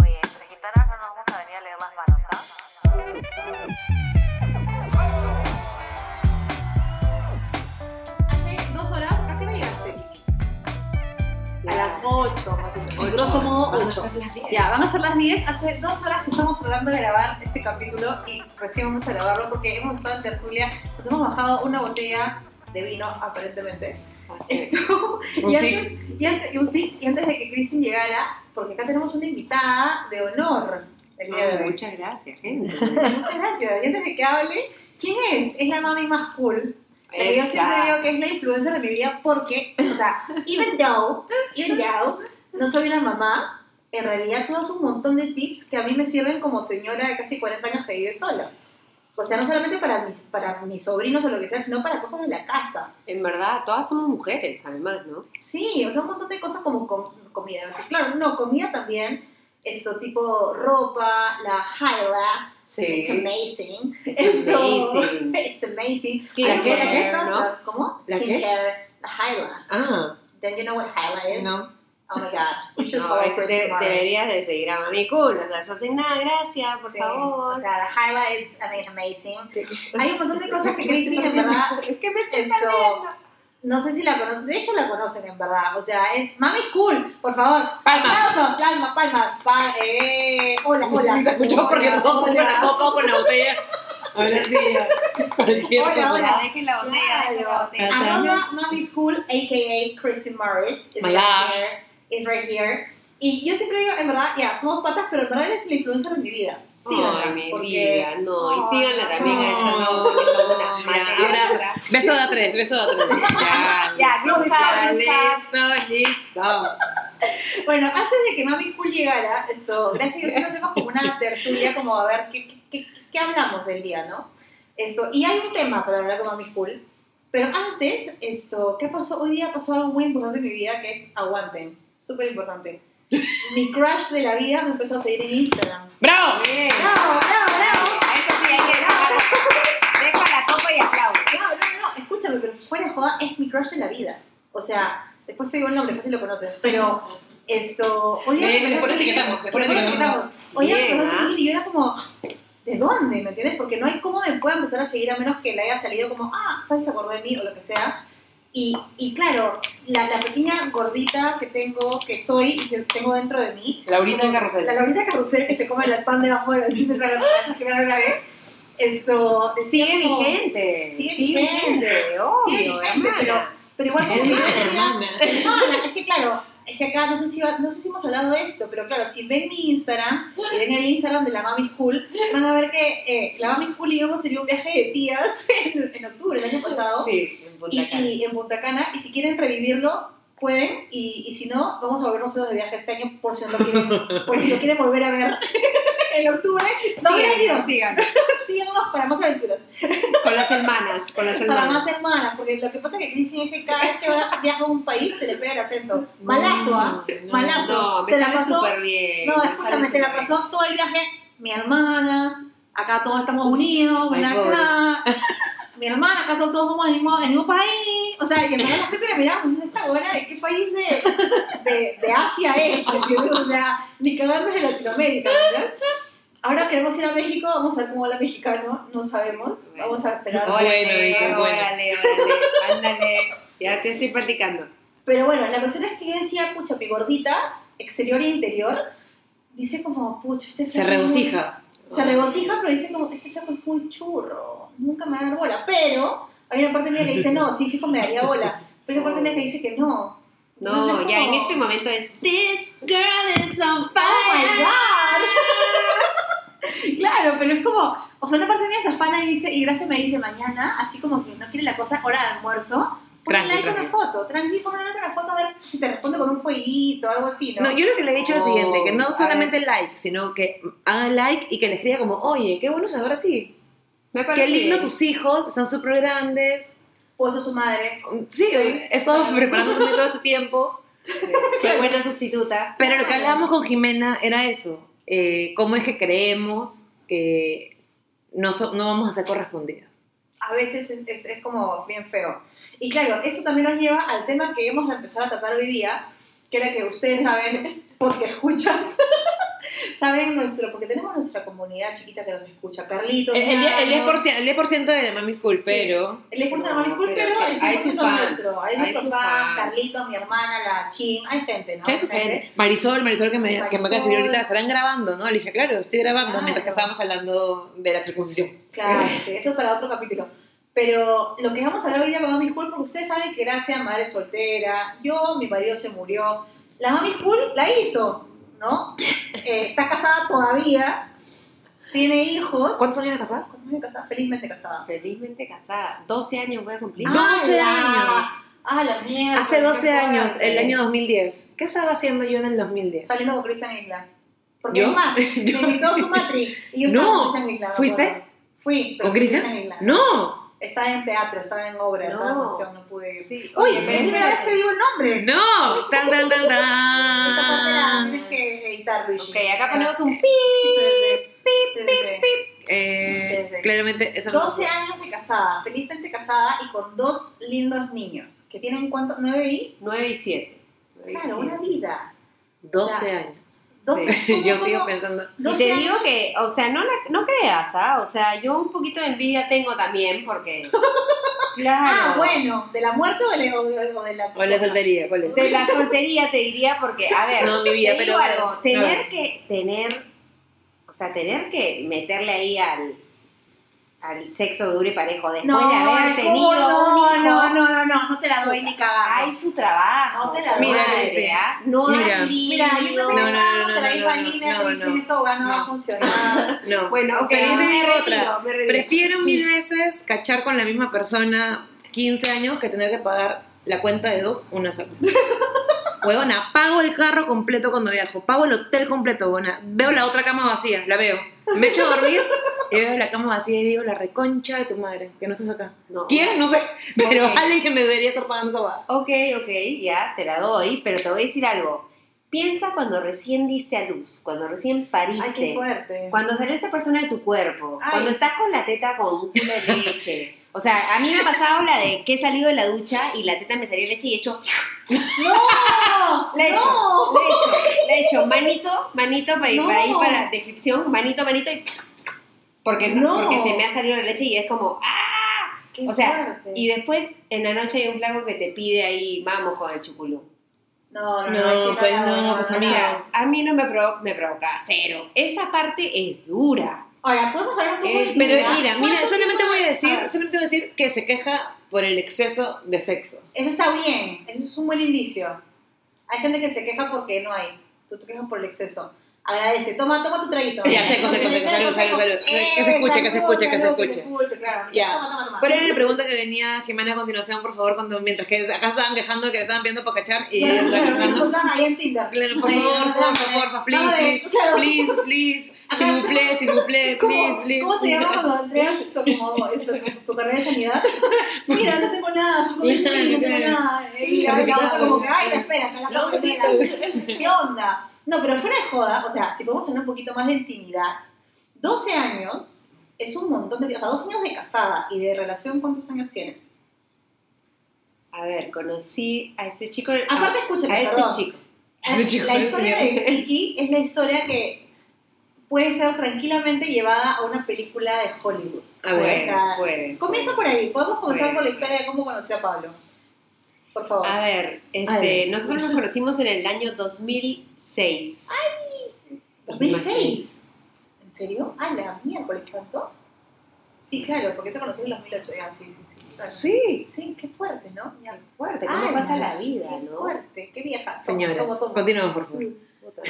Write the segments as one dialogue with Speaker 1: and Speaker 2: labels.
Speaker 1: Oye, entre gitanas no nos vamos a venir a leer las manos, ¿ah?
Speaker 2: Hace dos horas, ¿a qué hora llegaste, Kiki? A las 8, más o menos. Grosso modo, 8. Ya, van a ser las 10. Hace dos horas que estamos tratando de grabar este capítulo y recién vamos a grabarlo porque hemos estado en tertulia. Nos hemos bajado una botella de vino, aparentemente. Esto.
Speaker 3: Un
Speaker 2: y,
Speaker 3: six.
Speaker 2: antes, y, antes, y un six. Y antes de que Kristen llegara, porque acá tenemos una invitada de honor el día de hoy.
Speaker 3: muchas gracias, gente.
Speaker 2: Muchas gracias. Y antes de que hable, ¿quién es? Es la mami más cool. Pero yo siempre digo que es la influencer de mi vida porque, o sea, even though, even though, no soy una mamá, en realidad tú das un montón de tips que a mí me sirven como señora de casi 40 años que vive sola. O sea, no solamente para mis, para mis sobrinos o lo que sea, sino para cosas de la casa.
Speaker 3: En verdad, todas somos mujeres, además, ¿no?
Speaker 2: Sí, o sea, un montón de cosas como com- comida. O sea, claro, no, comida también, esto tipo ropa, la jaila, It's amazing.
Speaker 3: It's
Speaker 2: Esto-
Speaker 3: amazing.
Speaker 2: It's amazing.
Speaker 3: Skincare,
Speaker 2: Hay un montón de
Speaker 3: ¿no?
Speaker 2: cosas. ¿Cómo?
Speaker 3: ¿La qué?
Speaker 2: Skincare, la Hyla.
Speaker 4: Ah,
Speaker 2: Then you know what Hyla is?
Speaker 4: no.
Speaker 2: Oh my god. We should
Speaker 3: No,
Speaker 2: follow
Speaker 3: es que
Speaker 2: Chris
Speaker 3: de-
Speaker 2: Morris.
Speaker 3: deberías de seguir a Mami Cool. O sea, hacen nada, gracias, por
Speaker 2: Sí, O
Speaker 3: favor.
Speaker 2: sea, la Hyla is I mean, amazing. Hay un montón de cosas que Christine, en verdad,
Speaker 3: Es que me
Speaker 2: esto. No sé si la conocen, de hecho la conocen en verdad. O sea, es Mami Cool, por favor. Palmas. Palmas, palmas. Pa- eh, Hola, hola.
Speaker 4: Ni se escuchó porque
Speaker 2: Hola,
Speaker 4: todos se
Speaker 2: hola.
Speaker 4: copa con la botella. Ahora sí, ya. cualquier
Speaker 2: Hola,
Speaker 4: cosa.
Speaker 2: hola.
Speaker 3: dejen la
Speaker 2: Claro. Arroba Mami School, a.k.a. Kristen Morris. It's
Speaker 4: My
Speaker 2: right
Speaker 4: gosh.
Speaker 2: here. It's right here. Y yo siempre digo, en verdad, ya, somos patas, pero en verdad eres la influencer de mi vida. Sí,
Speaker 3: Ay, mi vida, no.
Speaker 2: Ay,
Speaker 3: Y síganla también a estas
Speaker 4: no.
Speaker 3: dos, porque son unas
Speaker 4: Ya,
Speaker 3: maestras.
Speaker 4: Beso de a tres, beso de a tres. Ya,
Speaker 3: Ya, group hug,
Speaker 4: ya,
Speaker 3: group
Speaker 4: listo, listo.
Speaker 2: Bueno, antes de que Mami School llegara, esto, gracias a Dios, nos hacemos como una tertulia, como a ver qué, qué- qué- qué hablamos del día, ¿no? Esto, y hay un tema para hablar con Mami School. Pero antes, esto, ¿qué pasó? Hoy día pasó algo muy importante en mi vida que es aguanten. Súper importante. Mi crush de la vida me empezó a seguir en Instagram.
Speaker 4: ¡Bravo!
Speaker 3: Bien.
Speaker 2: ¡Bravo, bravo, bravo!
Speaker 3: Eso sí, hay que Deja la copa y aplauso.
Speaker 2: No, no, no, no, escúchame, pero fuera de joda, es mi crush de la vida. O sea, después te digo el nombre, fácil lo conoces, pero esto... Hoy día
Speaker 4: Eh,
Speaker 2: me empezó
Speaker 4: después
Speaker 2: a
Speaker 4: lo
Speaker 2: seguir-
Speaker 4: etiquetamos, después lo
Speaker 2: después
Speaker 4: etiquetamos.
Speaker 2: Hoy día me
Speaker 3: Bien,
Speaker 2: empezó a
Speaker 3: ¿ah?
Speaker 2: seguir y yo era como, ¿de dónde? ¿Me entiendes? Porque no hay cómo me pueda empezar a seguir a menos que le haya salido como, ah, fácil se acordó de mí o lo que sea. Y, y claro, la, la pequeña gordita que tengo, que soy y que tengo dentro de mí,
Speaker 4: Laurita en carrusel.
Speaker 2: la Laurita Carrusel que se come el pan debajo de la cinta de la casa, que no la ve, esto... decía
Speaker 3: Sigue
Speaker 2: como-
Speaker 3: vigente.
Speaker 2: Sigue vigente.
Speaker 3: obvio,
Speaker 2: Sigue vigente,
Speaker 3: hermana.
Speaker 2: pero- Pero igual como que yo
Speaker 4: Hermana,
Speaker 2: decía,
Speaker 4: hermana.
Speaker 2: Hermana, es que claro, es que acá no sé, si va- no sé si hemos hablado de esto, pero claro, si ven mi Instagram y ven el Instagram de la Mami School, van a ver que eh, la Mami School y yo hemos tenido un viaje de tías en, en octubre del año pasado
Speaker 3: Sí, en Punta
Speaker 2: y,
Speaker 3: Cana.
Speaker 2: y en Punta Cana. Y si quieren revivirlo, pueden. Y, y si no, vamos a volver nosotros de viaje este año por si no lo quieren, por si lo quieren volver a ver en octubre. No, síganos, síganos para más aventuras.
Speaker 3: Con las hermanas, con las
Speaker 2: Para
Speaker 3: hermanas.
Speaker 2: más hermanas, porque lo que pasa es que Cristina es que cada vez que va- viaja a un país se le pega el acento.
Speaker 4: Mm.
Speaker 2: Malazo, ¿ah?
Speaker 4: No,
Speaker 2: Malazo.
Speaker 3: No, me
Speaker 2: se la
Speaker 3: sale
Speaker 2: pasó.
Speaker 3: súper
Speaker 4: Eh,
Speaker 3: bien.
Speaker 2: No,
Speaker 3: me
Speaker 2: escúchame,
Speaker 3: sale
Speaker 2: se la
Speaker 3: súper
Speaker 2: pasó todo el viaje. Mi hermana, acá todos estamos unidos,
Speaker 4: Ay,
Speaker 2: una
Speaker 4: pobre.
Speaker 2: acá. Mi hermana, acá todos somos en el mismo- en el mismo país. O sea, y en verdad la gente me miraba, pues, esta buena de qué país de, de, de Asia es. ¿me entiendes? O sea, ni cagando de Latinoamérica, ¿verdad? Ahora queremos ir a México, vamos a ver cómo va la mexicano, no sabemos. Vamos a esperar.
Speaker 3: bien. Órale,
Speaker 4: Bueno, dice, bueno.
Speaker 3: órale, órale, ándale. Ya te estoy practicando.
Speaker 2: Pero bueno, la cuestión es que yo decía, pucha, mi gordita, exterior e interior, dice como, pucha, este
Speaker 4: Se
Speaker 2: flaco es muy-
Speaker 4: regocija.
Speaker 2: Se regocija, pero dice como, este flaco es muy churro, nunca me va a dar bola. Pero hay una parte mía que dice, no, sí, fijo, me daría bola. Pero hay una parte mía que dice que no. Entonces
Speaker 3: No,
Speaker 2: es
Speaker 3: ya en
Speaker 2: como,
Speaker 3: este momento es This girl is on
Speaker 2: ¡Oh, my
Speaker 3: fire.
Speaker 2: God! claro, pero es como, o sea, una parte mía se afana y dice, y gracias me dice mañana, así como que no quiere la cosa, hora de almuerzo. Ponle
Speaker 4: Tranqui,
Speaker 2: like a una
Speaker 4: tranqui.
Speaker 2: foto, tranqui, ponle like a una foto a ver si te responde con un fueguito o algo así, ¿no?
Speaker 4: No, yo lo que le he dicho es lo
Speaker 3: No,
Speaker 4: siguiente, que
Speaker 3: a
Speaker 4: no solamente like, sino que hagan like y que les diga como, oye, qué bueno saber a ti.
Speaker 3: Me
Speaker 4: Qué
Speaker 3: parece
Speaker 4: lindo
Speaker 3: bien.
Speaker 4: tus hijos, están súper grandes.
Speaker 2: O eso su madre.
Speaker 4: Sí, he estado preparándome todo ese tiempo.
Speaker 3: Qué buena sustituta.
Speaker 4: Pero lo que hablábamos con Jimena era eso. eh, ¿Cómo es que creemos que no, so- no vamos a ser correspondidas?
Speaker 2: A veces es, es- es como bien feo. Y claro, eso también nos lleva al tema que hemos empezado a tratar hoy día, que era que ustedes saben, porque escuchas, saben nuestro, porque tenemos nuestra comunidad chiquita que nos escucha, Carlitos.
Speaker 4: El, el die- el
Speaker 2: Nano,
Speaker 4: 10%, el 10% de la Mami School, pero.
Speaker 2: El 10% de
Speaker 3: No,
Speaker 2: Mami School,
Speaker 3: pero
Speaker 2: pero el 100%
Speaker 3: hay
Speaker 2: es
Speaker 3: sus fans,
Speaker 2: nuestro. Hay
Speaker 3: hay
Speaker 2: nuestros
Speaker 3: sus
Speaker 2: fans,
Speaker 3: fans.
Speaker 2: Carlitos, mi hermana, la Chin, hay gente, ¿no?
Speaker 4: Ya es su
Speaker 2: Hay
Speaker 4: gente. Marisol, Marisol que me, que me acaba de escribir
Speaker 2: Marisol.
Speaker 4: ahorita, estarán grabando, ¿no? Le dije, claro, estoy grabando
Speaker 2: Claro.
Speaker 4: mientras que estábamos hablando de la circuncisión.
Speaker 2: Claro, sí, eso es para otro capítulo. Pero lo que vamos a hablar hoy día con Mami Cool, porque ustedes saben que gracias a madre soltera, yo, mi marido se murió. La Mami Cool la hizo, ¿no? Eh, está casada todavía, tiene hijos.
Speaker 4: ¿Cuántos años de casada?
Speaker 2: ¿Cuántos años de casada? Felizmente casada.
Speaker 3: Felizmente casada. 12 años voy a cumplir.
Speaker 2: Ah,
Speaker 4: 12
Speaker 2: la-
Speaker 4: años.
Speaker 2: Ah, la mierda.
Speaker 4: Hace
Speaker 2: qué
Speaker 4: 12 años,
Speaker 2: fuerte.
Speaker 4: el año 2010. ¿Qué estaba haciendo yo en el 2010?
Speaker 2: Saliendo con Cristian Isla. Porque
Speaker 4: ¿Yo?
Speaker 2: es más,
Speaker 4: Yo.
Speaker 2: me invitó a su matri y yo
Speaker 4: No.
Speaker 2: estaba con Cristian Isla. me
Speaker 4: ¿Fuiste?
Speaker 2: acuerdo. Fui. pero
Speaker 4: ¿Con Cristian?
Speaker 2: Isla.
Speaker 4: ¡No!
Speaker 2: Estaba en teatro, estaba en obra, estaba en
Speaker 3: No.
Speaker 2: función, no pude ir.
Speaker 3: Sí.
Speaker 2: Uy, es
Speaker 3: Oye, pero
Speaker 2: la primera vez
Speaker 3: espérate.
Speaker 2: que digo el nombre.
Speaker 4: ¡No! ¡Tan, tan, tan,
Speaker 2: Esta parte la
Speaker 4: tan!
Speaker 2: tienes que editar, Luigi.
Speaker 3: Ok, acá ponemos un
Speaker 2: pi, pi,
Speaker 4: Eh,
Speaker 2: Sí, sí.
Speaker 4: Claramente, eso no.
Speaker 2: 12 años de casada, felizmente casada y con dos lindos niños. ¿Que tienen cuánto? ¿9 y?
Speaker 3: 9 y 7.
Speaker 2: Claro, una vida.
Speaker 4: 12
Speaker 2: O sea,
Speaker 4: años.
Speaker 2: 12
Speaker 4: Yo
Speaker 2: ¿cómo,
Speaker 4: sigo
Speaker 2: cómo?
Speaker 4: pensando.
Speaker 2: 12
Speaker 3: Y te
Speaker 2: años.
Speaker 3: digo que, o sea, no, la- no creas, ¿ah? O sea, yo un poquito de envidia tengo también porque... Claro.
Speaker 2: Ah, bueno, ¿de la muerte o de la, o de- o de la
Speaker 4: O la soltería, ¿cuál es?
Speaker 3: De la soltería te diría porque, a ver,
Speaker 4: No, mi vida,
Speaker 3: te digo
Speaker 4: pero-
Speaker 3: algo, tener
Speaker 4: claro.
Speaker 3: que, tener, o sea, tener que meterle ahí al, al sexo duro y parejo después
Speaker 2: No,
Speaker 3: de
Speaker 2: ¿cómo
Speaker 3: haber
Speaker 2: no,
Speaker 3: tenido un hijo,
Speaker 2: no, no, no, no, no te la doy ni
Speaker 3: hay
Speaker 2: cagada.
Speaker 3: su trabajo,
Speaker 2: No te la
Speaker 4: Mira,
Speaker 3: madre,
Speaker 4: Lucy,
Speaker 3: ¿ah? no
Speaker 4: mira.
Speaker 3: has
Speaker 2: Mira, yo pensé
Speaker 3: vivido-
Speaker 2: que
Speaker 4: No, no,
Speaker 2: estábamos en
Speaker 4: no,
Speaker 2: la
Speaker 4: no,
Speaker 2: misma
Speaker 4: no,
Speaker 2: línea,
Speaker 4: no,
Speaker 2: pero dicen
Speaker 4: no.
Speaker 2: esto hogar no va a
Speaker 4: No.
Speaker 2: funcionar.
Speaker 4: No.
Speaker 3: Bueno,
Speaker 4: O
Speaker 3: ok,
Speaker 4: sea, yo te
Speaker 3: me
Speaker 4: digo
Speaker 3: retiro,
Speaker 4: otra.
Speaker 3: me retiro.
Speaker 4: Prefiero mil veces cachar con la misma persona 15 años que tener que pagar la cuenta de dos una sola. Huevona, pago el carro completo cuando viajo, pago el hotel completo, huevona. Veo la otra cama vacía, la veo. Me echo a dormir y veo la cama vacía y digo, la reconcha de tu madre, que no estás acá.
Speaker 3: No.
Speaker 4: ¿Quién? No sé. Pero
Speaker 3: Ok.
Speaker 4: alguien que me debería estar pagando esa huevada.
Speaker 3: Ok, ok, ya, te la doy, pero te voy a decir algo. Piensa cuando recién diste a luz, cuando recién pariste.
Speaker 2: Ay, qué fuerte.
Speaker 3: Cuando sale esa persona de tu cuerpo,
Speaker 2: Ay.
Speaker 3: cuando estás con la teta con un culo de leche. O sea, a mí me ha pasado la de que he salido de la ducha y la teta me salió leche y he hecho.
Speaker 2: ¡No!
Speaker 3: Le he hecho,
Speaker 2: ¡No!
Speaker 3: le he hecho, le he hecho manito, manito para, ir-
Speaker 2: No.
Speaker 3: para ir para la descripción, manito, manito y. Porque,
Speaker 2: No.
Speaker 3: porque se me ha salido la leche y es como. ¡Ah!
Speaker 2: Qué
Speaker 3: O sea,
Speaker 2: fuerte.
Speaker 3: y después en la noche hay un flaco que te pide ahí, vamos con el chuculú.
Speaker 2: No, no,
Speaker 4: No,
Speaker 2: ahí sí
Speaker 4: pues
Speaker 2: la doy,
Speaker 4: no, pues,
Speaker 3: O
Speaker 4: amiga.
Speaker 3: sea, a mí no me provoca, me provoca cero. Esa parte es dura.
Speaker 2: Ahora, podemos hablar un poco
Speaker 3: Eh,
Speaker 2: de
Speaker 4: Pero
Speaker 2: intimidad?
Speaker 4: mira, mira,
Speaker 2: ¿Cuánto
Speaker 4: solamente
Speaker 2: tiempo
Speaker 4: voy a
Speaker 2: de-
Speaker 4: decir,
Speaker 2: ver,
Speaker 4: solamente voy a decir que se queja por el exceso de sexo.
Speaker 2: Eso está bien, eso es un buen indicio. Hay gente que se queja porque no hay. Tú te quejas por el exceso. Agradece, toma, toma tu traguito. Eh,
Speaker 4: Ya, seco, seco, seco, salud, salud, salud. Que se escuche, que se escuche, que se escuche.
Speaker 2: Claro.
Speaker 4: Ya.
Speaker 2: Toma, toma, toma.
Speaker 4: ¿Cuál era la pregunta que venía Jimena a continuación, por favor, cuando mientras que acá estaban quejando, que estaban viendo para cachar y ella estaba quejando?
Speaker 2: Nosotras ahí en Tinder.
Speaker 4: Claro, por
Speaker 2: Ahí,
Speaker 4: favor,
Speaker 2: ¿verdad?
Speaker 4: por favor,
Speaker 2: Vamos a ver,
Speaker 4: please,
Speaker 2: claro.
Speaker 4: please, please, please, s'il vous plaît, s'il vous plaît, please,
Speaker 2: ¿Cómo,
Speaker 4: please.
Speaker 2: ¿Cómo se llama cuando entregas esto como esto, tu, tu carrera de sanidad? Mira, no tengo nada, su comida, no tengo nada. Y la otra como que, ay, espera, que la
Speaker 4: No,
Speaker 2: otra tiene la- ¿Qué onda? No, pero fuera de joda, o sea, si podemos tener un poquito más de intimidad, 12 años es un montón de... O sea, 12 años de casada y de relación, ¿cuántos años tienes?
Speaker 3: A ver, conocí a este chico.
Speaker 2: Aparte, escúchame,
Speaker 3: a este
Speaker 2: perdón.
Speaker 3: chico.
Speaker 4: Ay, chico,
Speaker 2: La historia
Speaker 4: señor.
Speaker 2: de Kiki es la historia que puede ser tranquilamente llevada a una película de Hollywood.
Speaker 4: A
Speaker 3: Puede,
Speaker 4: ver,
Speaker 2: sea,
Speaker 3: puede.
Speaker 2: Comienza por ahí, podemos comenzar
Speaker 3: Bueno.
Speaker 2: por la historia de cómo conocí a Pablo. Por favor.
Speaker 3: A ver, este,
Speaker 4: Adelante.
Speaker 3: nosotros nos conocimos en el año 2006.
Speaker 2: ¿2006? ¿En serio? Ah, la miércoles tanto. Sí, claro, porque te conocí en el 2008. Ya, ah, sí, sí, sí. claro.
Speaker 3: Sí.
Speaker 2: Sí, qué fuerte, ¿no? Ya.
Speaker 3: Qué fuerte, cómo
Speaker 2: Ay,
Speaker 3: pasa la
Speaker 2: qué
Speaker 3: vida, ¿no?
Speaker 2: fuerte, qué vieja.
Speaker 4: señoras,
Speaker 2: Toma, toma, toma.
Speaker 4: continuamos, por favor.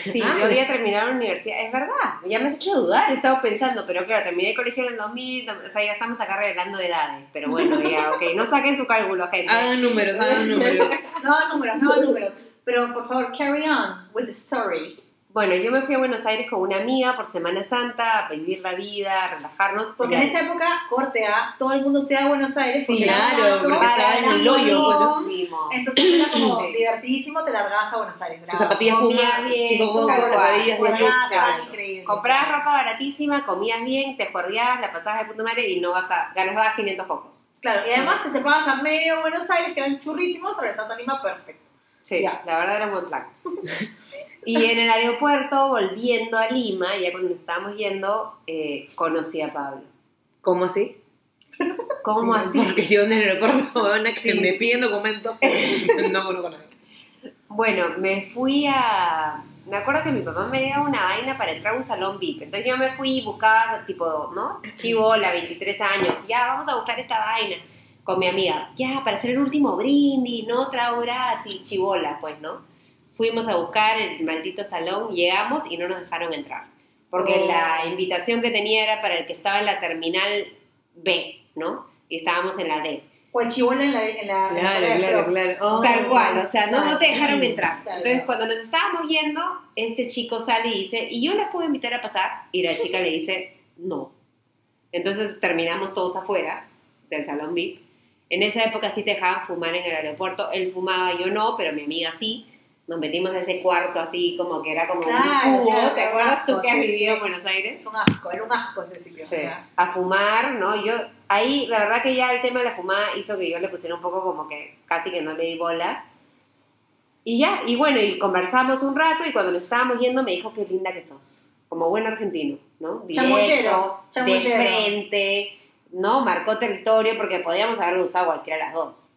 Speaker 3: Sí,
Speaker 2: Ah.
Speaker 3: yo había terminado la universidad, es verdad, ya me has hecho dudar, he estado pensando, pero claro, terminé el colegio en el 2000, no- o sea, ya estamos acá revelando edades, pero bueno, ya, ok, no saquen su cálculo, gente.
Speaker 2: Ah,
Speaker 4: Hagan números, hagan números.
Speaker 2: No, números, no, números. Pero por favor, carry on with the story.
Speaker 3: Bueno, yo me fui a Buenos Aires con una amiga por Semana Santa, a vivir la vida, a relajarnos.
Speaker 2: Porque en esa época, corte a todo el mundo se da a Buenos Aires. porque
Speaker 4: Claro,
Speaker 2: era barato,
Speaker 4: porque estaba en el hoyo. pues,
Speaker 2: barato.
Speaker 3: Conocimos.
Speaker 2: Entonces era como
Speaker 3: Sí.
Speaker 2: divertidísimo, te largabas a Buenos Aires.
Speaker 4: Tus
Speaker 2: bravo.
Speaker 4: zapatillas
Speaker 3: Comía
Speaker 4: Puma,
Speaker 3: bien,
Speaker 4: cinco
Speaker 3: tal
Speaker 4: cocos,
Speaker 3: cual,
Speaker 4: quesadillas de
Speaker 3: buena.
Speaker 4: arroz.
Speaker 2: Buenaza,
Speaker 3: Exacto.
Speaker 2: increíble.
Speaker 3: Comprabas ropa baratísima, comías bien, te jordeabas, la pasabas de puta madre y no gasta- ganabas 500 cocos.
Speaker 2: Claro, y además te chapabas a medio Buenos Aires, que eran churrísimos, regresabas a Lima perfecto.
Speaker 3: Sí,
Speaker 2: Ya.
Speaker 3: la verdad era un buen plan. Y en el aeropuerto, volviendo a Lima, ya cuando nos estábamos yendo, eh, conocí a Pablo.
Speaker 4: ¿Cómo así?
Speaker 3: ¿Cómo así?
Speaker 4: Porque yo en el aeropuerto, huevona, que
Speaker 3: Sí,
Speaker 4: me
Speaker 3: sí.
Speaker 4: piden documentos, no conozco nada.
Speaker 3: Bueno, me fui a... Me acuerdo que mi papá me dio una vaina para entrar a un salón VIP. Entonces yo me fui y buscaba, tipo, ¿no? Chivola, 23 años. Ya, vamos a buscar esta vaina. Con mi amiga. Ya, para hacer el último brindis, no trago gratis. Chivola, pues, ¿no? Fuimos a buscar el maldito salón, llegamos y no nos dejaron entrar. Porque
Speaker 4: Oh.
Speaker 3: la invitación que tenía era para el que estaba en la terminal B, ¿no? Y estábamos en la D.
Speaker 2: O el chibola en la. En la en la
Speaker 4: Claro,
Speaker 2: Corea del
Speaker 4: claro,
Speaker 2: Flor.
Speaker 4: claro. Oh.
Speaker 3: Tal cual, o sea, no, no te dejaron entrar.
Speaker 2: Claro.
Speaker 3: Entonces, cuando nos estábamos yendo, este chico sale y dice, y yo las puedo invitar a pasar, y la chica le dice, no. Entonces terminamos todos afuera del salón VIP. En esa época sí te dejaban fumar en el aeropuerto, él fumaba, yo no, pero mi amiga sí. Nos metimos a ese cuarto así, como que era como
Speaker 2: Claro,
Speaker 3: un cubo,
Speaker 2: claro,
Speaker 3: ¿te acuerdas tú
Speaker 2: claro,
Speaker 3: que has
Speaker 2: sí,
Speaker 3: vivido en
Speaker 2: sí.
Speaker 3: Buenos Aires?
Speaker 2: Es un asco, era un asco ese sitio.
Speaker 3: Sí,
Speaker 2: ¿verdad?
Speaker 3: a fumar, ¿no? Yo, ahí, la verdad que ya el tema de la fumada hizo que yo le pusiera un poco como que casi que no le di bola. Y ya, y bueno, y conversamos un rato y cuando nos estábamos yendo me dijo qué linda que sos, como buen argentino, ¿no?
Speaker 2: Chamullero,
Speaker 3: de
Speaker 2: chamullero.
Speaker 3: frente, ¿no? Marcó territorio porque podíamos haberlo usado cualquiera de las dos.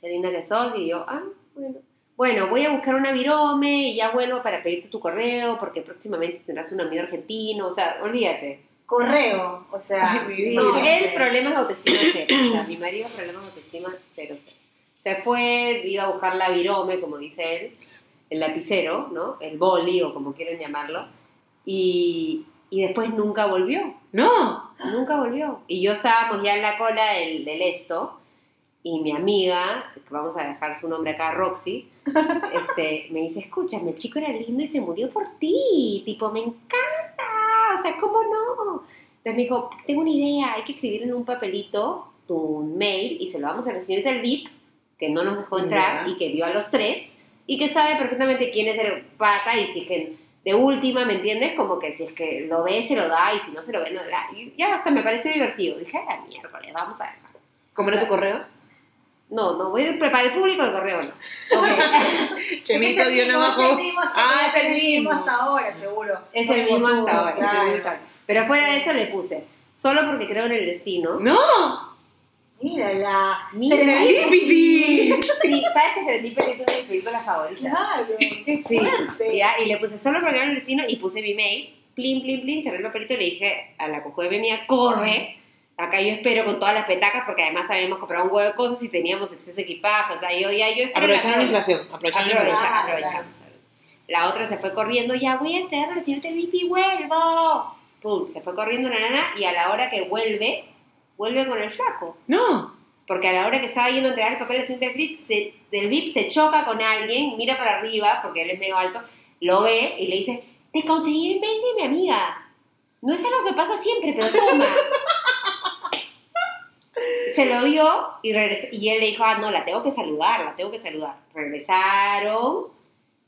Speaker 3: Qué linda que sos y yo, ah, bueno. Bueno, voy a buscar una virome y ya vuelvo para pedirte tu correo porque próximamente tendrás un amigo argentino, o sea, olvídate.
Speaker 2: Correo, o sea.
Speaker 4: Ay, mi vida.
Speaker 3: No,
Speaker 4: Sí.
Speaker 3: él problemas de autoestima cero. O sea, mi marido problemas de autoestima cero, cero. Se fue, iba a buscar la virome, como dice él, el lapicero, ¿no? El boli o como quieran llamarlo. Y, y después nunca volvió,
Speaker 4: Oh. No,
Speaker 3: nunca volvió. Y yo estábamos ya en la cola del, del esto y mi amiga, que vamos a dejar su nombre acá, Roxy, este, me dice, escúchame, el chico era lindo y se murió por ti, tipo, me encanta, o sea, ¿cómo no? Entonces me dijo, tengo una idea, hay que escribir en un papelito tu mail y se lo vamos a recibir del VIP, que no nos dejó entrar
Speaker 4: Ya.
Speaker 3: y que vio a los tres y que sabe perfectamente quién es el pata y si es que de última, ¿me entiendes? Como que si es que lo ve, se lo da y si no se lo ve, no le da. Y ya hasta me pareció divertido. Dije, a la miércoles, vamos a dejar.
Speaker 4: ¿cómo era tu correo?
Speaker 3: No, no, voy a ir para el público el correo, no.
Speaker 4: Chemito
Speaker 2: Es el
Speaker 4: dio
Speaker 2: mismo,
Speaker 4: abajo.
Speaker 2: Es el mismo,
Speaker 4: Ah, es el
Speaker 2: mismo
Speaker 4: mismo.
Speaker 2: hasta ahora, seguro.
Speaker 3: Es el
Speaker 2: Como
Speaker 3: mismo
Speaker 2: tú,
Speaker 3: hasta ahora. es el
Speaker 2: claro.
Speaker 3: mismo hasta ahora. Pero fuera de eso le puse, solo porque creo en el destino.
Speaker 4: No,
Speaker 2: Mírala.
Speaker 3: Mira.
Speaker 4: Serendipity.
Speaker 3: Sí, ¿sabes que Serendipity es una de mis películas favoritas?
Speaker 2: Claro, qué
Speaker 3: Sí,
Speaker 2: fuerte.
Speaker 3: ya, y le puse solo porque era el destino y puse mi mail, plin, plin, plin, cerré el papelito y le dije a la cojueve mía, corre, acá yo espero con todas las petacas porque además habíamos comprado un huevo de cosas y teníamos exceso de equipaje, o sea, yo ya, yo espero.
Speaker 4: Aprovecharon la
Speaker 3: las-
Speaker 4: inflación. Aprovecharon la
Speaker 3: Aprovecha,
Speaker 4: inflación.
Speaker 2: Ah,
Speaker 3: aprovecha.
Speaker 2: claro.
Speaker 3: La otra se fue corriendo, ya voy a entregar el siguiente VIP y vuelvo. Pum, se fue corriendo la nana y a la hora que vuelve, vuelve con el flaco.
Speaker 4: No,
Speaker 3: Porque a la hora que estaba yendo a entregar el papel al siguiente VIP, se, del VIP se choca con alguien, mira para arriba, porque él es medio alto, lo ve y le dice, te conseguí el mail de mi amiga. No es algo que pasa siempre, pero toma. se lo dio y, regresó, y él le dijo, ah, no, la tengo que saludar, la tengo que saludar. Regresaron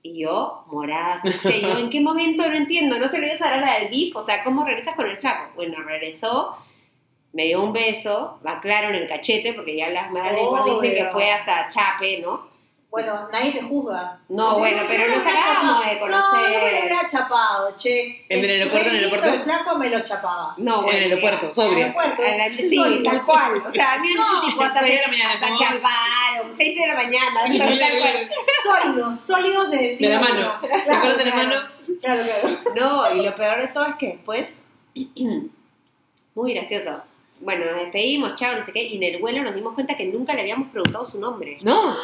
Speaker 3: y yo, morada, fixé. yo, ¿en qué momento? No entiendo, no se lo iba a dar la del VIP, o sea, ¿cómo regresas con el flaco? Bueno, regresó, me dio un beso, me aclararon el cachete, porque ya las malas lenguas dicen que
Speaker 2: Obvio.
Speaker 3: fue hasta chape, ¿no?
Speaker 2: Bueno, nadie te juzga.
Speaker 3: No, bueno, pero
Speaker 2: no
Speaker 3: nos acabamos de
Speaker 2: No, yo me lo
Speaker 3: conocer.
Speaker 2: hubiera chapado, che.
Speaker 4: ¿En el aeropuerto, en el
Speaker 2: pelito,
Speaker 4: aeropuerto?
Speaker 2: El flaco me lo chapaba.
Speaker 3: No,
Speaker 4: en
Speaker 3: bueno,
Speaker 4: el aeropuerto,
Speaker 3: mira.
Speaker 4: sobrio.
Speaker 2: Aeropuerto.
Speaker 3: A la- Sí,
Speaker 2: sólido,
Speaker 3: tal
Speaker 2: sí.
Speaker 3: cual. O sea, mira ese tipo hasta,
Speaker 4: seis de la mañana,
Speaker 3: hasta
Speaker 4: ¿no?
Speaker 3: chaparon, 6 de la mañana, o sea, Ah, tal cual.
Speaker 2: Sólidos, sólidos del
Speaker 4: de la
Speaker 2: día
Speaker 4: mano.
Speaker 2: uno.
Speaker 4: ¿Se acuerdan de la
Speaker 2: claro.
Speaker 4: mano?
Speaker 2: Claro, claro.
Speaker 3: No, y lo peor de todo es que después, muy gracioso. Bueno, nos despedimos, chao, no sé qué, y en el vuelo nos dimos cuenta que nunca le habíamos preguntado su nombre.
Speaker 4: No.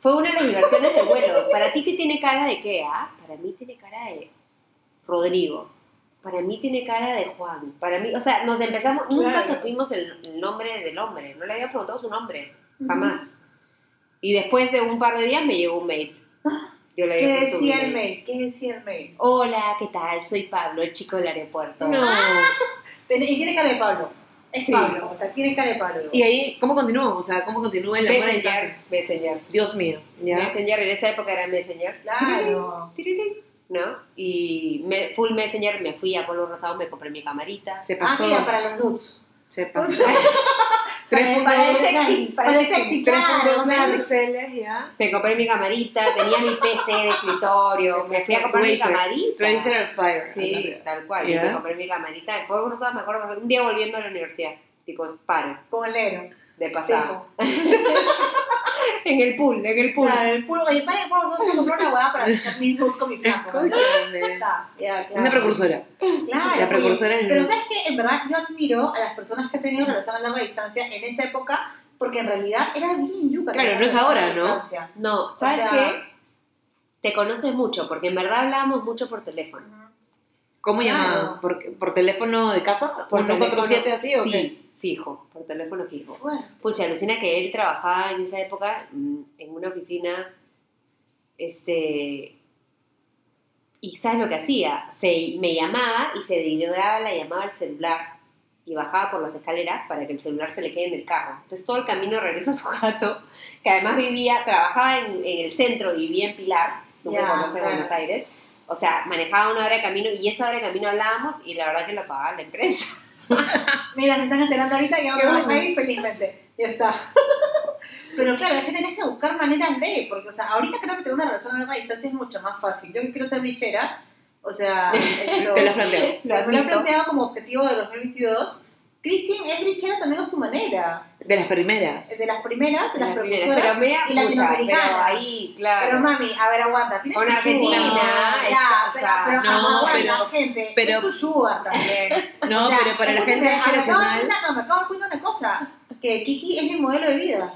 Speaker 3: Fue una de las diversiones del vuelo. ¿Para ti qué tiene cara de qué? Ah, para mí tiene cara de Rodrigo. Para mí tiene cara de Juan. Para mí, o sea, nos empezamos, nunca
Speaker 2: Claro.
Speaker 3: supimos el, el nombre del hombre. No le habíamos preguntado su nombre, jamás. Y después de un par de días me llegó un mail. Yo le había
Speaker 2: ¿Qué
Speaker 3: puesto un
Speaker 2: decía el mail? ¿Qué decía el mail?
Speaker 3: Hola, ¿qué tal? Soy Pablo, el chico del aeropuerto.
Speaker 4: No.
Speaker 2: Ten- Y tiene cara de Pablo. Es
Speaker 3: Sí.
Speaker 2: Pablo, o sea, tiene cara de Pablo.
Speaker 4: Y ahí, ¿cómo continúa? O sea, ¿cómo continúa el amor a
Speaker 3: Messenger,
Speaker 4: distancia?
Speaker 3: Messenger.
Speaker 4: Dios mío. ¿Ya?
Speaker 3: Messenger, en esa época era Messenger.
Speaker 2: Claro.
Speaker 3: Tirirín, ¿No? Y me- full Messenger, me fui a Polo Rosado, me compré mi camarita.
Speaker 4: Se
Speaker 2: Ah,
Speaker 4: pasó.
Speaker 2: mira, para los nudes.
Speaker 4: Se pasó. Tres
Speaker 2: Para el
Speaker 4: puntos-
Speaker 2: sexy, para el sexy,
Speaker 4: tres
Speaker 2: claro.
Speaker 4: puntos megapíxeles, ya.
Speaker 3: Me compré mi camarita, tenía mi PC de escritorio, me fui a comprar mi
Speaker 4: Tracer,
Speaker 3: camarita.
Speaker 4: Tracer Aspire.
Speaker 3: Sí, tal cual.
Speaker 4: Ya.
Speaker 3: Yo me compré mi camarita. Después, no sabes, me acuerdo, un día volviendo a la universidad, tipo, paro,
Speaker 2: Bolero.
Speaker 3: de pasada.
Speaker 2: Fijo.
Speaker 3: En el pool, en el pool.
Speaker 2: Claro, el puro. Oye, para el puro, vamos a comprar una hueá para echar mis nudes con mi flaco. ¿no?
Speaker 4: Escúchame.
Speaker 2: Está, ya, claro.
Speaker 4: Una precursora.
Speaker 2: Claro,
Speaker 4: La precursora
Speaker 2: oye,
Speaker 4: del
Speaker 2: Pero
Speaker 4: mundo.
Speaker 2: sabes que en verdad yo admiro a las personas que han tenido relación a larga distancia en esa época, porque en realidad era bien yuca.
Speaker 4: Claro,
Speaker 2: tener
Speaker 4: no es
Speaker 2: relación a
Speaker 4: ahora,
Speaker 2: larga
Speaker 4: ¿no?
Speaker 2: distancia.
Speaker 3: No, ¿sabes
Speaker 2: sea-
Speaker 3: qué? Te conoces mucho, porque en verdad hablábamos mucho por teléfono.
Speaker 4: ¿Cómo
Speaker 2: Claro.
Speaker 4: llamaban? ¿Por, por teléfono de casa?
Speaker 3: Por
Speaker 4: ¿Por 147
Speaker 3: teléfono-
Speaker 4: así o
Speaker 3: Sí,
Speaker 4: qué?
Speaker 3: fijo, por teléfono fijo.
Speaker 2: Bueno,
Speaker 3: Pucha, alucina que él trabajaba en esa época mm, en una oficina, este, y ¿sabes lo que hacía? Se, me llamaba y se derivaba la llamada al celular y bajaba por las escaleras para que el celular se le quede en el carro. Entonces todo el camino de regreso a su gato, que además vivía, trabajaba en, en el centro y vivía en Pilar, no
Speaker 2: Ya,
Speaker 3: conoce
Speaker 2: claro.
Speaker 3: Buenos Aires, o sea, manejaba una hora de camino y esa hora de camino hablábamos y la verdad que lo pagaba la empresa.
Speaker 2: mira, se están enterando ahorita que
Speaker 4: Qué
Speaker 2: vamos a
Speaker 4: bueno.
Speaker 2: ahí felizmente. Ya está. Pero claro, es que tenés que buscar maneras de, porque, o sea, ahorita creo que tener una relación a larga distancia es mucho más fácil. Yo que quiero ser bichera, o sea, esto,
Speaker 4: Te los planteo.
Speaker 2: lo he
Speaker 3: admito.
Speaker 2: planteado como objetivo de 2022. Christian es bichera también a su manera.
Speaker 4: De las primeras.
Speaker 2: de las primeras, de las,
Speaker 3: Las primeras,
Speaker 2: profesoras
Speaker 3: pero media
Speaker 2: y
Speaker 3: pucha,
Speaker 2: latinoamericanas.
Speaker 3: pero ahí, claro.
Speaker 2: Pero mami, a ver, aguanta. Tienes
Speaker 3: Con
Speaker 2: tu
Speaker 3: Argentina,
Speaker 2: sugar.
Speaker 3: está,
Speaker 2: Ya,
Speaker 3: o
Speaker 2: pero,
Speaker 3: sea,
Speaker 2: pero,
Speaker 4: no,
Speaker 2: aguanta,
Speaker 4: pero-
Speaker 2: gente.
Speaker 4: pero-
Speaker 2: es tu sugar también.
Speaker 4: No,
Speaker 2: O sea,
Speaker 4: pero para la
Speaker 2: escúchame,
Speaker 4: gente aspiracional.
Speaker 2: Me acabo, de dar cuenta, me acabo de dar cuenta una cosa. Que Kiki es mi modelo de vida.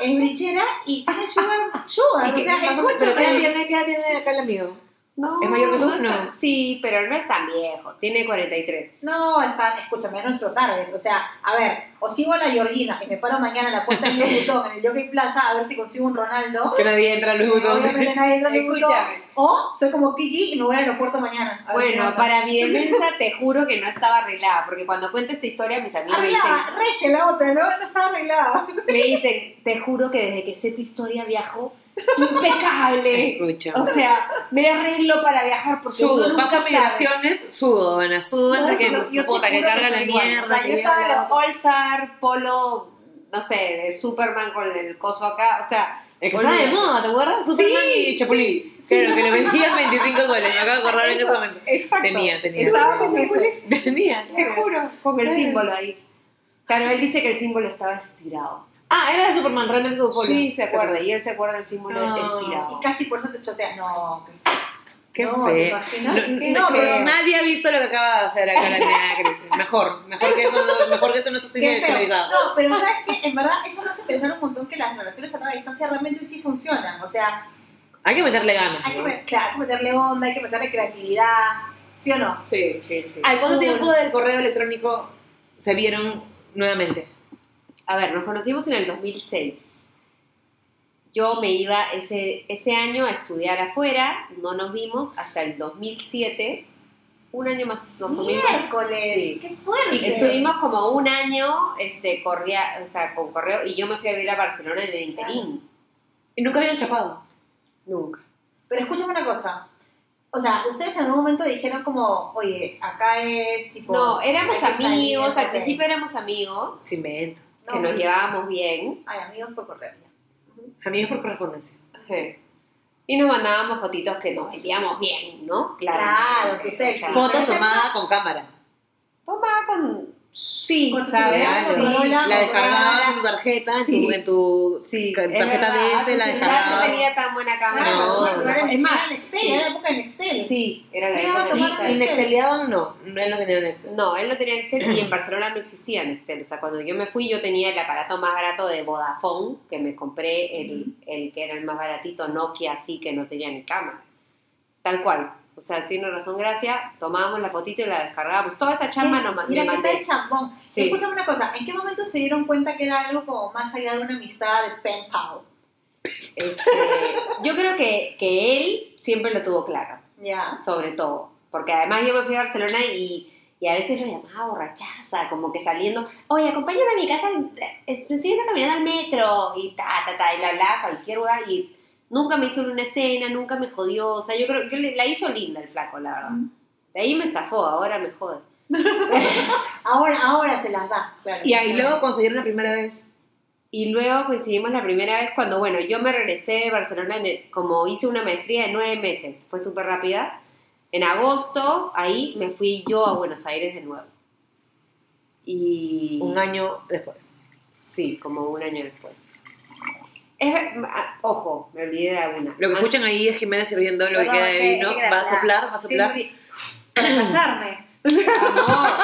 Speaker 2: Es brichera y tiene sugar. sugar.
Speaker 4: ¿Y qué-
Speaker 2: o sea,
Speaker 4: más o menos,
Speaker 2: escúchame.
Speaker 4: ¿Pero qué edad tiene, qué edad tiene acá el amigo?
Speaker 3: No,
Speaker 4: ¿Es mayor que tú?
Speaker 3: es tan-
Speaker 4: No.
Speaker 3: Sí, pero no es tan viejo. Tiene 43.
Speaker 2: No, está, escúchame, es nuestro target. O sea, a ver, o sigo a la Georgina y me paro mañana en la puerta de Luis Butón, en el Jockey Plaza, a ver si consigo un Ronaldo.
Speaker 4: Que nadie entra Luis Butón.
Speaker 2: Obviamente nadie entra al Louis Vuitton.
Speaker 3: Escúchame.
Speaker 2: O soy como Kiki y me voy al aeropuerto mañana. A ver qué
Speaker 3: Bueno,
Speaker 2: onda.
Speaker 3: para mi defensa te juro que no estaba arreglada, porque cuando cuento esta historia mis amigos me dicen,
Speaker 2: Arreglada, regia la otra, no, no está arreglada.
Speaker 3: me dicen, te juro que desde que sé tu historia viajo impecable.
Speaker 4: Escucha.
Speaker 3: O sea, me arreglo para viajar porque uno
Speaker 4: Sudo,
Speaker 3: nunca
Speaker 4: pasa
Speaker 3: sabe.
Speaker 4: migraciones, sudo, dona, sudo,
Speaker 3: No,
Speaker 4: entre que
Speaker 3: yo- yo te
Speaker 4: puta, que
Speaker 3: juro
Speaker 4: carga la
Speaker 3: soy igual. O
Speaker 4: mierda.
Speaker 3: sea,
Speaker 4: que
Speaker 3: yo estaba en
Speaker 4: llega-
Speaker 3: los All-Star, polo, no sé, de Superman con el coso acá, o sea...
Speaker 4: El que estaba de
Speaker 3: boluda.
Speaker 4: moda, ¿te acuerdas? Superman y Chapulín. Claro, que lo vendían 25 soles, me acabo de acordar en ese
Speaker 3: Eso,
Speaker 4: momento.
Speaker 3: Exacto.
Speaker 4: Tenía, tenía.
Speaker 3: Estaba con eso.
Speaker 4: Tenía.
Speaker 3: Te juro, con el símbolo ahí. Claro, él dice que el símbolo estaba estirado.
Speaker 4: Ah, era de Superman, realmente tuvo polo.
Speaker 3: Sí, se acuerda, y él se acuerda del símbolo
Speaker 4: No.
Speaker 3: estirado.
Speaker 2: Y casi por eso te choteas. No,
Speaker 4: Qué
Speaker 2: No, ¿te
Speaker 4: feo. No,
Speaker 2: imaginas? Qué
Speaker 4: no, pero
Speaker 3: feo.
Speaker 4: nadie ha visto lo que acaba de hacer acá la niña Cristina. Mejor, mejor que eso no, mejor que eso no se tiene
Speaker 2: qué feo.
Speaker 4: actualizado.
Speaker 2: No, pero sabes que en verdad eso me hace pensar un montón que las relaciones a larga distancia realmente sí funcionan. O sea,
Speaker 4: Hay que meterle ganas.
Speaker 2: hay que,
Speaker 4: ¿no?
Speaker 2: met- claro, hay que meterle onda, hay que meterle creatividad, ¿sí o no?
Speaker 3: Sí, sí, sí.
Speaker 4: ¿Al cuánto tiempo del correo electrónico se vieron nuevamente?
Speaker 3: A ver, nos conocimos en el 2006. Yo me iba ese, ese año a estudiar afuera, no nos vimos hasta el 2007. Un año más, nos comimos.
Speaker 2: Miércoles,
Speaker 3: Sí.
Speaker 2: qué fuerte.
Speaker 3: Y que estuvimos como un año este, corría, o sea, con correo y yo me fui a vivir a Barcelona en el interín.
Speaker 4: Y nunca habían chapado.
Speaker 3: Nunca.
Speaker 2: Pero escúchame una cosa. O sea, ustedes en algún momento dijeron como, oye, acá es tipo...
Speaker 3: No, éramos
Speaker 2: hay que salir,
Speaker 3: amigos, al
Speaker 2: ok.
Speaker 3: principio éramos amigos,
Speaker 4: Se invento.
Speaker 2: No,
Speaker 3: que nos llevábamos bien.
Speaker 2: Ay, amigos por correo. ya.
Speaker 4: Amigos por correspondencia.
Speaker 3: Y nos mandábamos fotitos que nos metíamos bien, ¿no?
Speaker 2: Claro, su selfie.
Speaker 3: sea,
Speaker 4: Foto
Speaker 2: pero
Speaker 4: tomada con cámara.
Speaker 3: Tomaba con... Sí,
Speaker 2: Con tu
Speaker 3: ¿sabes?
Speaker 2: celular,
Speaker 3: Sí,
Speaker 2: con Motorola,
Speaker 4: la descargabas en
Speaker 3: Motorola.
Speaker 4: tu tarjeta, en
Speaker 3: Sí.
Speaker 4: tu, en tu
Speaker 3: Sí,
Speaker 4: ca-
Speaker 3: es
Speaker 4: tarjeta
Speaker 3: verdad,
Speaker 4: DS,
Speaker 3: tu
Speaker 4: la
Speaker 3: celular No
Speaker 4: descargabas.
Speaker 3: tenía tan buena cámara.
Speaker 2: Claro,
Speaker 4: No,
Speaker 2: porque
Speaker 4: no.
Speaker 2: era
Speaker 3: es más,
Speaker 2: en Excel,
Speaker 3: sí,
Speaker 2: era la época en Excel.
Speaker 3: sí, era la
Speaker 2: Sí,
Speaker 3: época
Speaker 2: iba a
Speaker 3: de
Speaker 2: tomar
Speaker 3: Vita.
Speaker 2: con
Speaker 4: ¿Y Nexeliaban no? Él no tenía Nexel.
Speaker 3: No, él no tenía Excel y en Barcelona no existía Excel. O sea, cuando yo me fui, yo tenía el aparato más barato de Vodafone, que me compré el, el que era el más baratito, Nokia, así que no tenía ni cámara. Tal cual. O sea, tiene razón, gracia. Tomábamos la fotito y la descargábamos. Toda esa chamba
Speaker 2: Mira,
Speaker 3: no ma-
Speaker 2: Mira
Speaker 3: me
Speaker 2: que está
Speaker 3: mandé.
Speaker 2: el chambón.
Speaker 3: Sí.
Speaker 2: Escúchame una cosa, ¿en qué momento se dieron cuenta que era algo como más allá de una amistad de pen pal?
Speaker 3: Este, yo creo que, que él siempre lo tuvo claro,
Speaker 2: Ya.
Speaker 3: sobre todo. Porque además yo me fui a Barcelona y, y a veces lo llamaba borrachaza, como que saliendo, oye, acompáñame a mi casa, eh, estoy yendo caminando al metro, y ta, ta, ta, y la, la, cualquier lugar, y nunca me hizo una escena, nunca me jodió, o sea, yo creo que la hizo linda el flaco, la verdad. De ahí me estafó, ahora me jode.
Speaker 2: Ahora, ahora se las da. Claro.
Speaker 4: Y ahí luego conseguir la primera vez.
Speaker 3: Y luego coincidimos la primera vez cuando, bueno, yo me regresé de Barcelona en el- como hice una maestría de nueve meses, fue súper rápida. En agosto, ahí me fui yo a Buenos Aires de nuevo. Y...
Speaker 4: Un año después.
Speaker 3: Sí, como un año después. Es, ah, ojo, me olvidé de alguna.
Speaker 4: Lo que
Speaker 3: Ah,
Speaker 4: escuchan ahí es Jimena sirviendo lo que
Speaker 2: No,
Speaker 4: queda
Speaker 2: es
Speaker 4: de
Speaker 2: que-
Speaker 4: vino.
Speaker 2: es que
Speaker 4: Va a
Speaker 2: la-
Speaker 4: soplar, va a
Speaker 2: sí,
Speaker 4: soplar.
Speaker 2: sí, sí. Para casarme.
Speaker 3: Vamos.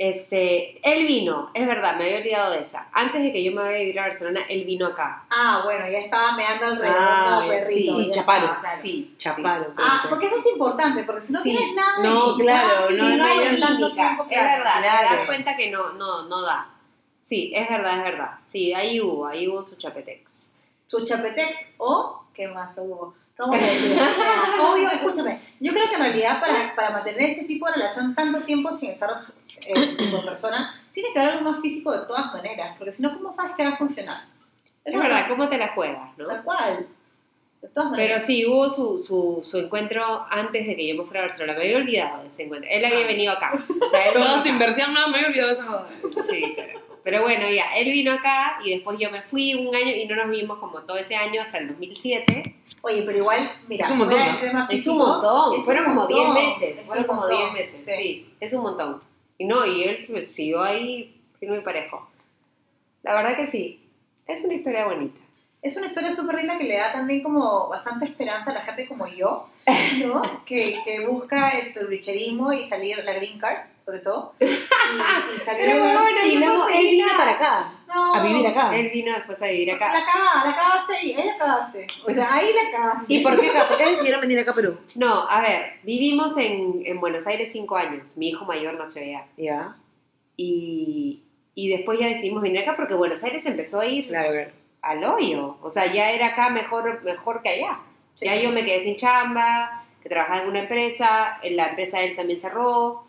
Speaker 3: Este, él vino, es verdad, me había olvidado de esa. Antes de que yo me vaya a vivir a Barcelona, él vino acá.
Speaker 2: Ah, bueno, ya estaba meando alrededor
Speaker 3: Ah,
Speaker 2: como perrito.
Speaker 3: sí, y
Speaker 2: ya
Speaker 4: chaparon,
Speaker 2: estaba, claro.
Speaker 3: Sí,
Speaker 4: Chaparon.
Speaker 2: Ah, porque eso es importante, porque si no
Speaker 3: Sí.
Speaker 2: tienes nada de
Speaker 4: No,
Speaker 2: identidad,
Speaker 4: claro,
Speaker 2: si
Speaker 3: no, no hay
Speaker 2: hay tanto
Speaker 3: química,
Speaker 2: tiempo,
Speaker 3: es
Speaker 2: claro.
Speaker 3: verdad, te das
Speaker 4: claro.
Speaker 3: cuenta que no, no, no da. Sí, es verdad, es verdad. Sí, ahí hubo, ahí hubo su chapetex.
Speaker 2: Su chapetex o qué más hubo. ¿Cómo se decía? Obvio, escúchame. Yo creo que en realidad para, para mantener ese tipo de relación tanto tiempo sin estar eh, con persona, tiene que haber algo más físico de todas maneras, porque si no, ¿cómo sabes que va a funcionar?
Speaker 3: Es verdad, ¿cómo te la juegas, no?
Speaker 2: Tal cual. De todas
Speaker 3: Pero
Speaker 2: maneras.
Speaker 3: sí, hubo su, su, su encuentro antes de que yo me fuera a Barcelona. Me había olvidado de ese encuentro. Él había
Speaker 2: Ah.
Speaker 3: venido acá. O sea, él vino
Speaker 4: Toda
Speaker 3: acá.
Speaker 4: su inversión, no, me he olvidado de esa joda.
Speaker 3: Sí, pero, pero bueno, ya, él vino acá y después yo me fui un año y no nos vimos como todo ese año hasta el 2007.
Speaker 2: Oye, pero igual, mira,
Speaker 4: Es un montón,
Speaker 2: fuera del
Speaker 4: ¿no?
Speaker 2: tema
Speaker 3: Es
Speaker 2: físico,
Speaker 3: un montón,
Speaker 2: es
Speaker 3: fueron
Speaker 2: un
Speaker 3: como 10
Speaker 2: montón,
Speaker 3: meses,
Speaker 2: es
Speaker 3: fueron
Speaker 2: un
Speaker 3: como
Speaker 2: montón,
Speaker 3: 10 meses, sí. es un montón. Y no, y él pues, siguió ahí firme y parejo. La verdad que sí, es una historia bonita.
Speaker 2: Es una historia súper linda que le da también como bastante esperanza a la gente como yo, ¿no? que, que busca este, el bricherismo y salir, la green card, sobre todo. Y, y salir de-
Speaker 3: y luego él vino para acá.
Speaker 2: No,
Speaker 5: a vivir
Speaker 2: Ah.
Speaker 5: acá.
Speaker 3: Él vino después a vivir acá.
Speaker 2: La cagaste, la cagaste ahí, ahí la cagaste. O sea, ahí la cagaste.
Speaker 4: ¿Y por qué acá? ¿Por qué decidieron venir acá a Perú?
Speaker 3: No, a ver, vivimos en, en Buenos Aires cinco años. Mi hijo mayor nació allá.
Speaker 4: Ya.
Speaker 3: Y, y después ya decidimos venir acá porque Buenos Aires empezó a ir
Speaker 4: Claro, claro.
Speaker 3: al hoyo. O sea, ya era acá mejor, mejor que allá. Ya yo me quedé sin chamba, que trabajaba en una empresa, en la empresa de él también cerró.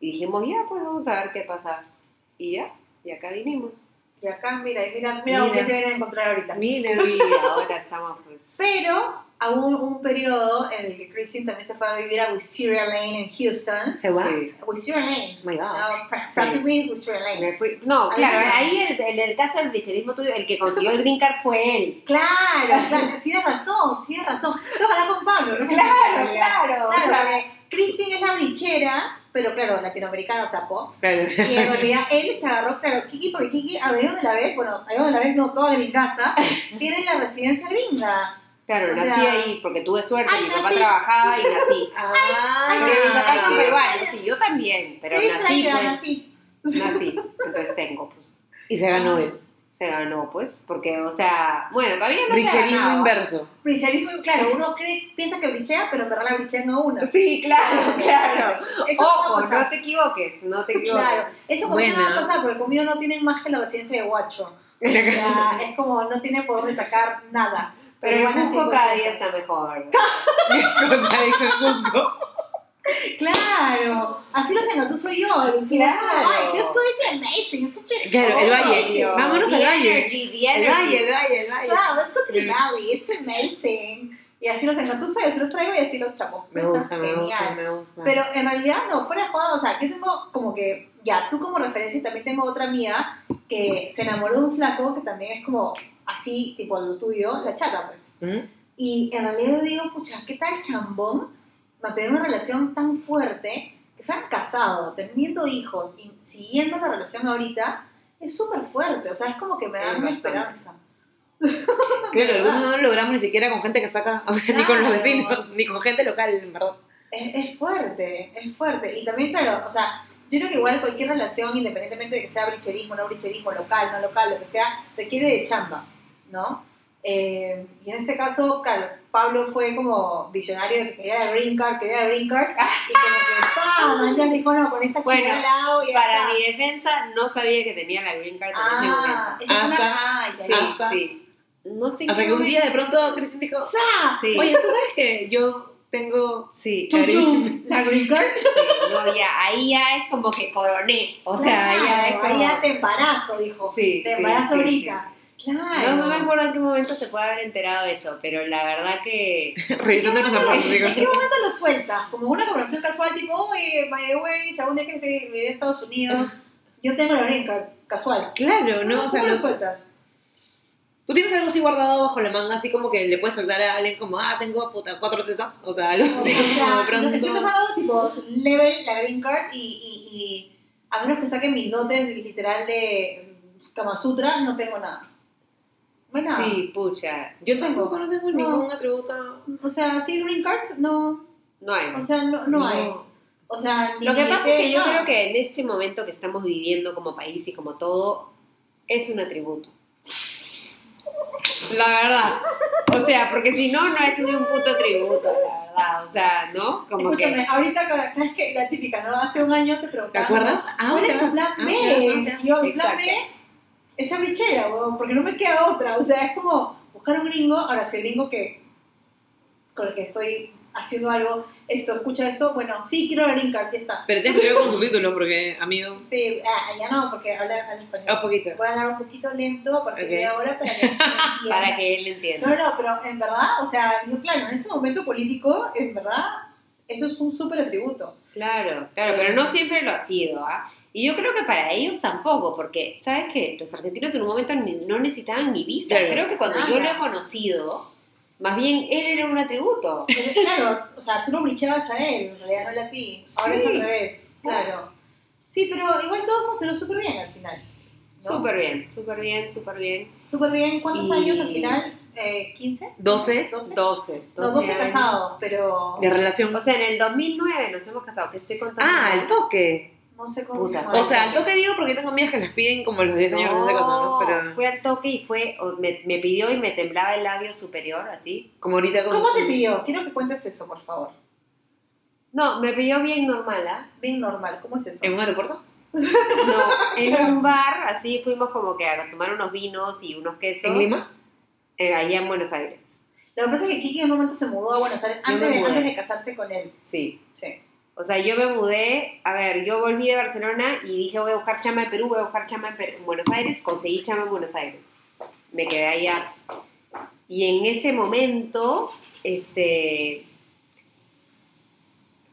Speaker 3: Y dijimos, ya, pues vamos a ver qué pasa. Y ya, y acá vinimos.
Speaker 2: Y acá, mira, y mira, mira, lo que
Speaker 4: Mira.
Speaker 2: se viene a encontrar ahorita.
Speaker 3: Mira, y ahora estamos pues...
Speaker 2: Pero hubo un, un periodo en el que Christine también se fue a vivir a Wisteria Lane en Houston.
Speaker 4: Se va.
Speaker 3: Sí.
Speaker 2: Wisteria
Speaker 3: Oh
Speaker 2: Lane.
Speaker 4: My God.
Speaker 2: No, pra- Practically Wisteria Lane.
Speaker 3: Me fui- No,
Speaker 2: A
Speaker 3: claro,
Speaker 2: veces-
Speaker 3: ahí el, el, el caso del bicherismo tuyo, el que consiguió el green card fue él.
Speaker 2: Claro, claro, tienes razón, tienes razón. Tengo que hablar con Pablo, ¿no?
Speaker 3: Claro,
Speaker 2: claro.
Speaker 3: claro. O sea,
Speaker 2: porque Christine es la brichera, pero claro, latinoamericana, o sea, pop.
Speaker 4: Claro.
Speaker 2: Y en realidad él se agarró, claro, Kiki, porque Kiki, a de donde la ves, bueno, a de donde la ves, no, toda gringaza, tiene la residencia gringa.
Speaker 3: Claro,
Speaker 2: O
Speaker 3: nací
Speaker 2: sea-
Speaker 3: ahí porque tuve suerte,
Speaker 2: Ay,
Speaker 3: mi papá
Speaker 2: nací.
Speaker 3: trabajaba y nací.
Speaker 4: Ah,
Speaker 2: ay,
Speaker 3: Porque mis papás son
Speaker 2: ay,
Speaker 3: peruanos y yo también, pero
Speaker 2: Qué
Speaker 3: nací,
Speaker 2: distraída,
Speaker 3: pues,
Speaker 2: nací.
Speaker 3: nací. Entonces tengo, pues,
Speaker 4: y se ganó él.
Speaker 3: se ganó, pues, porque, o sea, bueno, todavía no se ha
Speaker 4: Richerismo
Speaker 3: ganado.
Speaker 4: inverso.
Speaker 2: Bricherismo, claro, uno cree, piensa que brichea, pero en verdad la brichea no una.
Speaker 3: Sí, claro, claro.
Speaker 2: Eso
Speaker 3: Ojo,
Speaker 2: no va a pasar.
Speaker 3: no te equivoques, no te equivoques.
Speaker 2: Claro, eso conmigo no va a
Speaker 4: Buena.
Speaker 2: pasar, porque conmigo no tienen más que la residencia de guacho. O sea, es como no tiene por dónde sacar nada.
Speaker 3: Pero
Speaker 2: igual
Speaker 3: el
Speaker 2: nací
Speaker 3: Cusco
Speaker 2: con
Speaker 3: cada
Speaker 2: eso.
Speaker 3: día está mejor.
Speaker 4: cosa dijo el Cusco.
Speaker 2: Claro, así lo sé, tú soy yo. Y
Speaker 3: Claro.
Speaker 2: Ay, yo estoy amazing, such a-
Speaker 4: Claro, el
Speaker 2: Oh,
Speaker 4: valle.
Speaker 2: Dios. Ah,
Speaker 4: Vámonos
Speaker 3: The
Speaker 4: al valle.
Speaker 3: energy, the
Speaker 4: El
Speaker 3: energy.
Speaker 4: valle, el valle, el valle.
Speaker 2: Wow, let's go to the valley, it's amazing. Y así los encantuzo, y así los traigo y así los chapo.
Speaker 4: Me
Speaker 2: Está
Speaker 4: gusta, me gusta,
Speaker 2: genial.
Speaker 4: me gusta.
Speaker 2: Pero en realidad no, fuera de joda, o sea, yo tengo como que, ya, tú como referencia y también tengo otra mía que se enamoró de un flaco que también es como así, tipo lo tuyo, la chata pues.
Speaker 4: ¿Mm?
Speaker 2: Y en realidad yo digo, pucha, ¿qué tal chambón mantener una relación tan fuerte que se han casado, teniendo hijos y siguiendo la relación ahorita? Es súper fuerte, o sea, es como que me da
Speaker 3: Es
Speaker 2: una
Speaker 3: bastante.
Speaker 2: esperanza.
Speaker 4: Claro, algunos no lo logramos ni siquiera con gente que saca, o sea, ni con los
Speaker 2: Claro.
Speaker 4: vecinos, ni con gente local, en verdad.
Speaker 2: Es, es fuerte, es fuerte. Y también, claro, o sea, yo creo que igual cualquier relación, independientemente de que sea bricherismo, no bricherismo, local, no local, lo que sea, requiere de chamba, ¿no? Eh, y en este caso, claro, Pablo fue como visionario de que quería la green card, quería la green card, y como que, ¡pam! Ya dijo, no, con esta chica
Speaker 3: Bueno,
Speaker 2: al lado y ya
Speaker 3: Para
Speaker 2: está.
Speaker 3: mi defensa, no sabía que tenía la green card en ese momento.
Speaker 2: Ah, esa es una-
Speaker 4: Hasta-
Speaker 2: ah, ya,
Speaker 3: Sí,
Speaker 2: ya.
Speaker 4: Hasta-
Speaker 3: sí. No sé
Speaker 4: O sea,
Speaker 3: qué
Speaker 4: que un
Speaker 3: momento-
Speaker 4: día de pronto Cristina dijo,
Speaker 2: ¡Sa!
Speaker 3: Sí,
Speaker 4: oye, ¿tú sabes que yo tengo...
Speaker 3: sí.
Speaker 4: Chuchu.
Speaker 2: ¿La green card?
Speaker 3: No, ya, ahí ya es como que coroné. O sea,
Speaker 2: Claro,
Speaker 3: ya es como...
Speaker 2: ahí ya te embarazo, dijo.
Speaker 3: Sí,
Speaker 2: te
Speaker 3: sí,
Speaker 2: embarazo
Speaker 3: sí,
Speaker 2: ahorita. Claro.
Speaker 3: No, no me acuerdo en qué momento se puede haber enterado de eso, pero la verdad que
Speaker 4: Revisando los zapatos, digo.
Speaker 2: ¿En qué momento lo sueltas? Como una conversación casual, tipo, oye, by the way, según día que se viví a Estados Unidos, yo tengo la green card, casual.
Speaker 4: Claro, ¿no? O sea,
Speaker 2: ¿Cómo lo
Speaker 4: los,
Speaker 2: sueltas?
Speaker 4: tú tienes algo así guardado bajo la manga, así como que le puedes soltar a alguien como, ah, tengo puta, cuatro tetas. O sea, algo
Speaker 2: O
Speaker 4: así como de
Speaker 2: sea,
Speaker 4: pronto.
Speaker 2: los estoy pasando, tipo, level la green card y, y, y a menos que saque mis dotes literal de mm, Kama Sutra, no tengo nada. No hay nada.
Speaker 3: sí, pucha.
Speaker 4: Yo tampoco no tengo ningún atributo.
Speaker 2: O sea, sí, green card, no,
Speaker 3: No hay.
Speaker 2: o sea, no, no hay. O sea, ni
Speaker 3: Lo que pasa es que yo
Speaker 2: nada.
Speaker 3: creo que en este momento que estamos viviendo como país y como todo, es un atributo. La verdad. O sea, porque si no, no es ni un puto tributo, la verdad. O sea, ¿no? Como
Speaker 2: Escúchame,
Speaker 3: que.
Speaker 2: ahorita cada- cada vez que la típica, ¿no? Hace un año te preguntaban.
Speaker 4: ¿Te acuerdas? Ah,
Speaker 2: ¿Cuál
Speaker 4: ¿te
Speaker 2: es tu
Speaker 4: acuerdas?
Speaker 2: plan
Speaker 4: Ah,
Speaker 2: B?
Speaker 4: claro.
Speaker 2: Y yo, mi plan B
Speaker 3: Exacto.
Speaker 2: es la brichera, weón, porque no me queda otra. O sea, es como buscar un gringo. Ahora, si el gringo que con el que estoy haciendo algo, esto, escucha esto, bueno, sí quiero la green card, ya está.
Speaker 4: Pero tienes que ver con subtítulos porque, amigo.
Speaker 2: Sí, ah, allá no, porque habla, habla español.
Speaker 4: Ah, poquito.
Speaker 2: Voy a hablar un poquito lento a partir de
Speaker 4: Ok.
Speaker 2: ahora para que entienda.
Speaker 3: Para que él entienda.
Speaker 2: No, no, pero en verdad, o sea, yo, claro, en ese momento político, en verdad, eso es un súper atributo.
Speaker 3: Claro, claro, pero
Speaker 4: Eh.
Speaker 3: no siempre lo ha sido, ¿ah? Y yo creo que para ellos tampoco, porque, ¿sabes qué? Los argentinos en un momento ni- no necesitaban ni visa.
Speaker 4: Claro.
Speaker 3: Creo que cuando
Speaker 2: Ah,
Speaker 3: yo lo
Speaker 2: ya.
Speaker 3: he conocido, más bien él era un atributo.
Speaker 2: Pero, claro, o sea, tú lo brichabas a él, en realidad no era a ti. Ahora es
Speaker 3: Sí.
Speaker 2: al revés, claro. Sí, pero igual todo funcionó súper bien al final. ¿no?
Speaker 3: Súper bien, súper bien, súper bien.
Speaker 2: Súper bien. ¿Cuántos
Speaker 3: Y-
Speaker 2: años al final? Eh, ¿15?
Speaker 4: 12
Speaker 2: 12.
Speaker 3: 12.
Speaker 2: Los 12 casados, pero
Speaker 4: de relación.
Speaker 3: O sea, en el 2009 nos hemos casado, que estoy contando.
Speaker 4: Ah, al toque.
Speaker 2: no sé cómo
Speaker 3: Puta,
Speaker 2: se llama.
Speaker 4: O sea, al toque digo porque tengo amigas que las piden como a los 10 años que se casan, ¿no? Pero
Speaker 3: Fue al toque y fue, o me, me pidió y me temblaba el labio superior, así.
Speaker 4: como ahorita con-
Speaker 2: ¿Cómo te pidió? Quiero que cuentes eso, por favor.
Speaker 3: No, me pidió bien normal, ¿ah?
Speaker 2: Bien normal, ¿cómo es eso?
Speaker 4: ¿En un aeropuerto?
Speaker 3: No, en un bar, así fuimos como que a tomar unos vinos y unos quesos.
Speaker 4: ¿En Lima?
Speaker 3: Eh, allá en Buenos Aires.
Speaker 2: Lo que pasa es que Kiki en un momento se mudó a Buenos Aires antes
Speaker 3: me
Speaker 2: de,
Speaker 3: mudé.
Speaker 2: antes de casarse con él.
Speaker 3: Sí.
Speaker 2: Sí.
Speaker 3: O sea, yo me mudé, a ver, yo volví de Barcelona y dije voy a buscar chama en Perú, voy a buscar chama en, Per- en Buenos Aires, conseguí chama en Buenos Aires. Me quedé allá. Y en ese momento, este,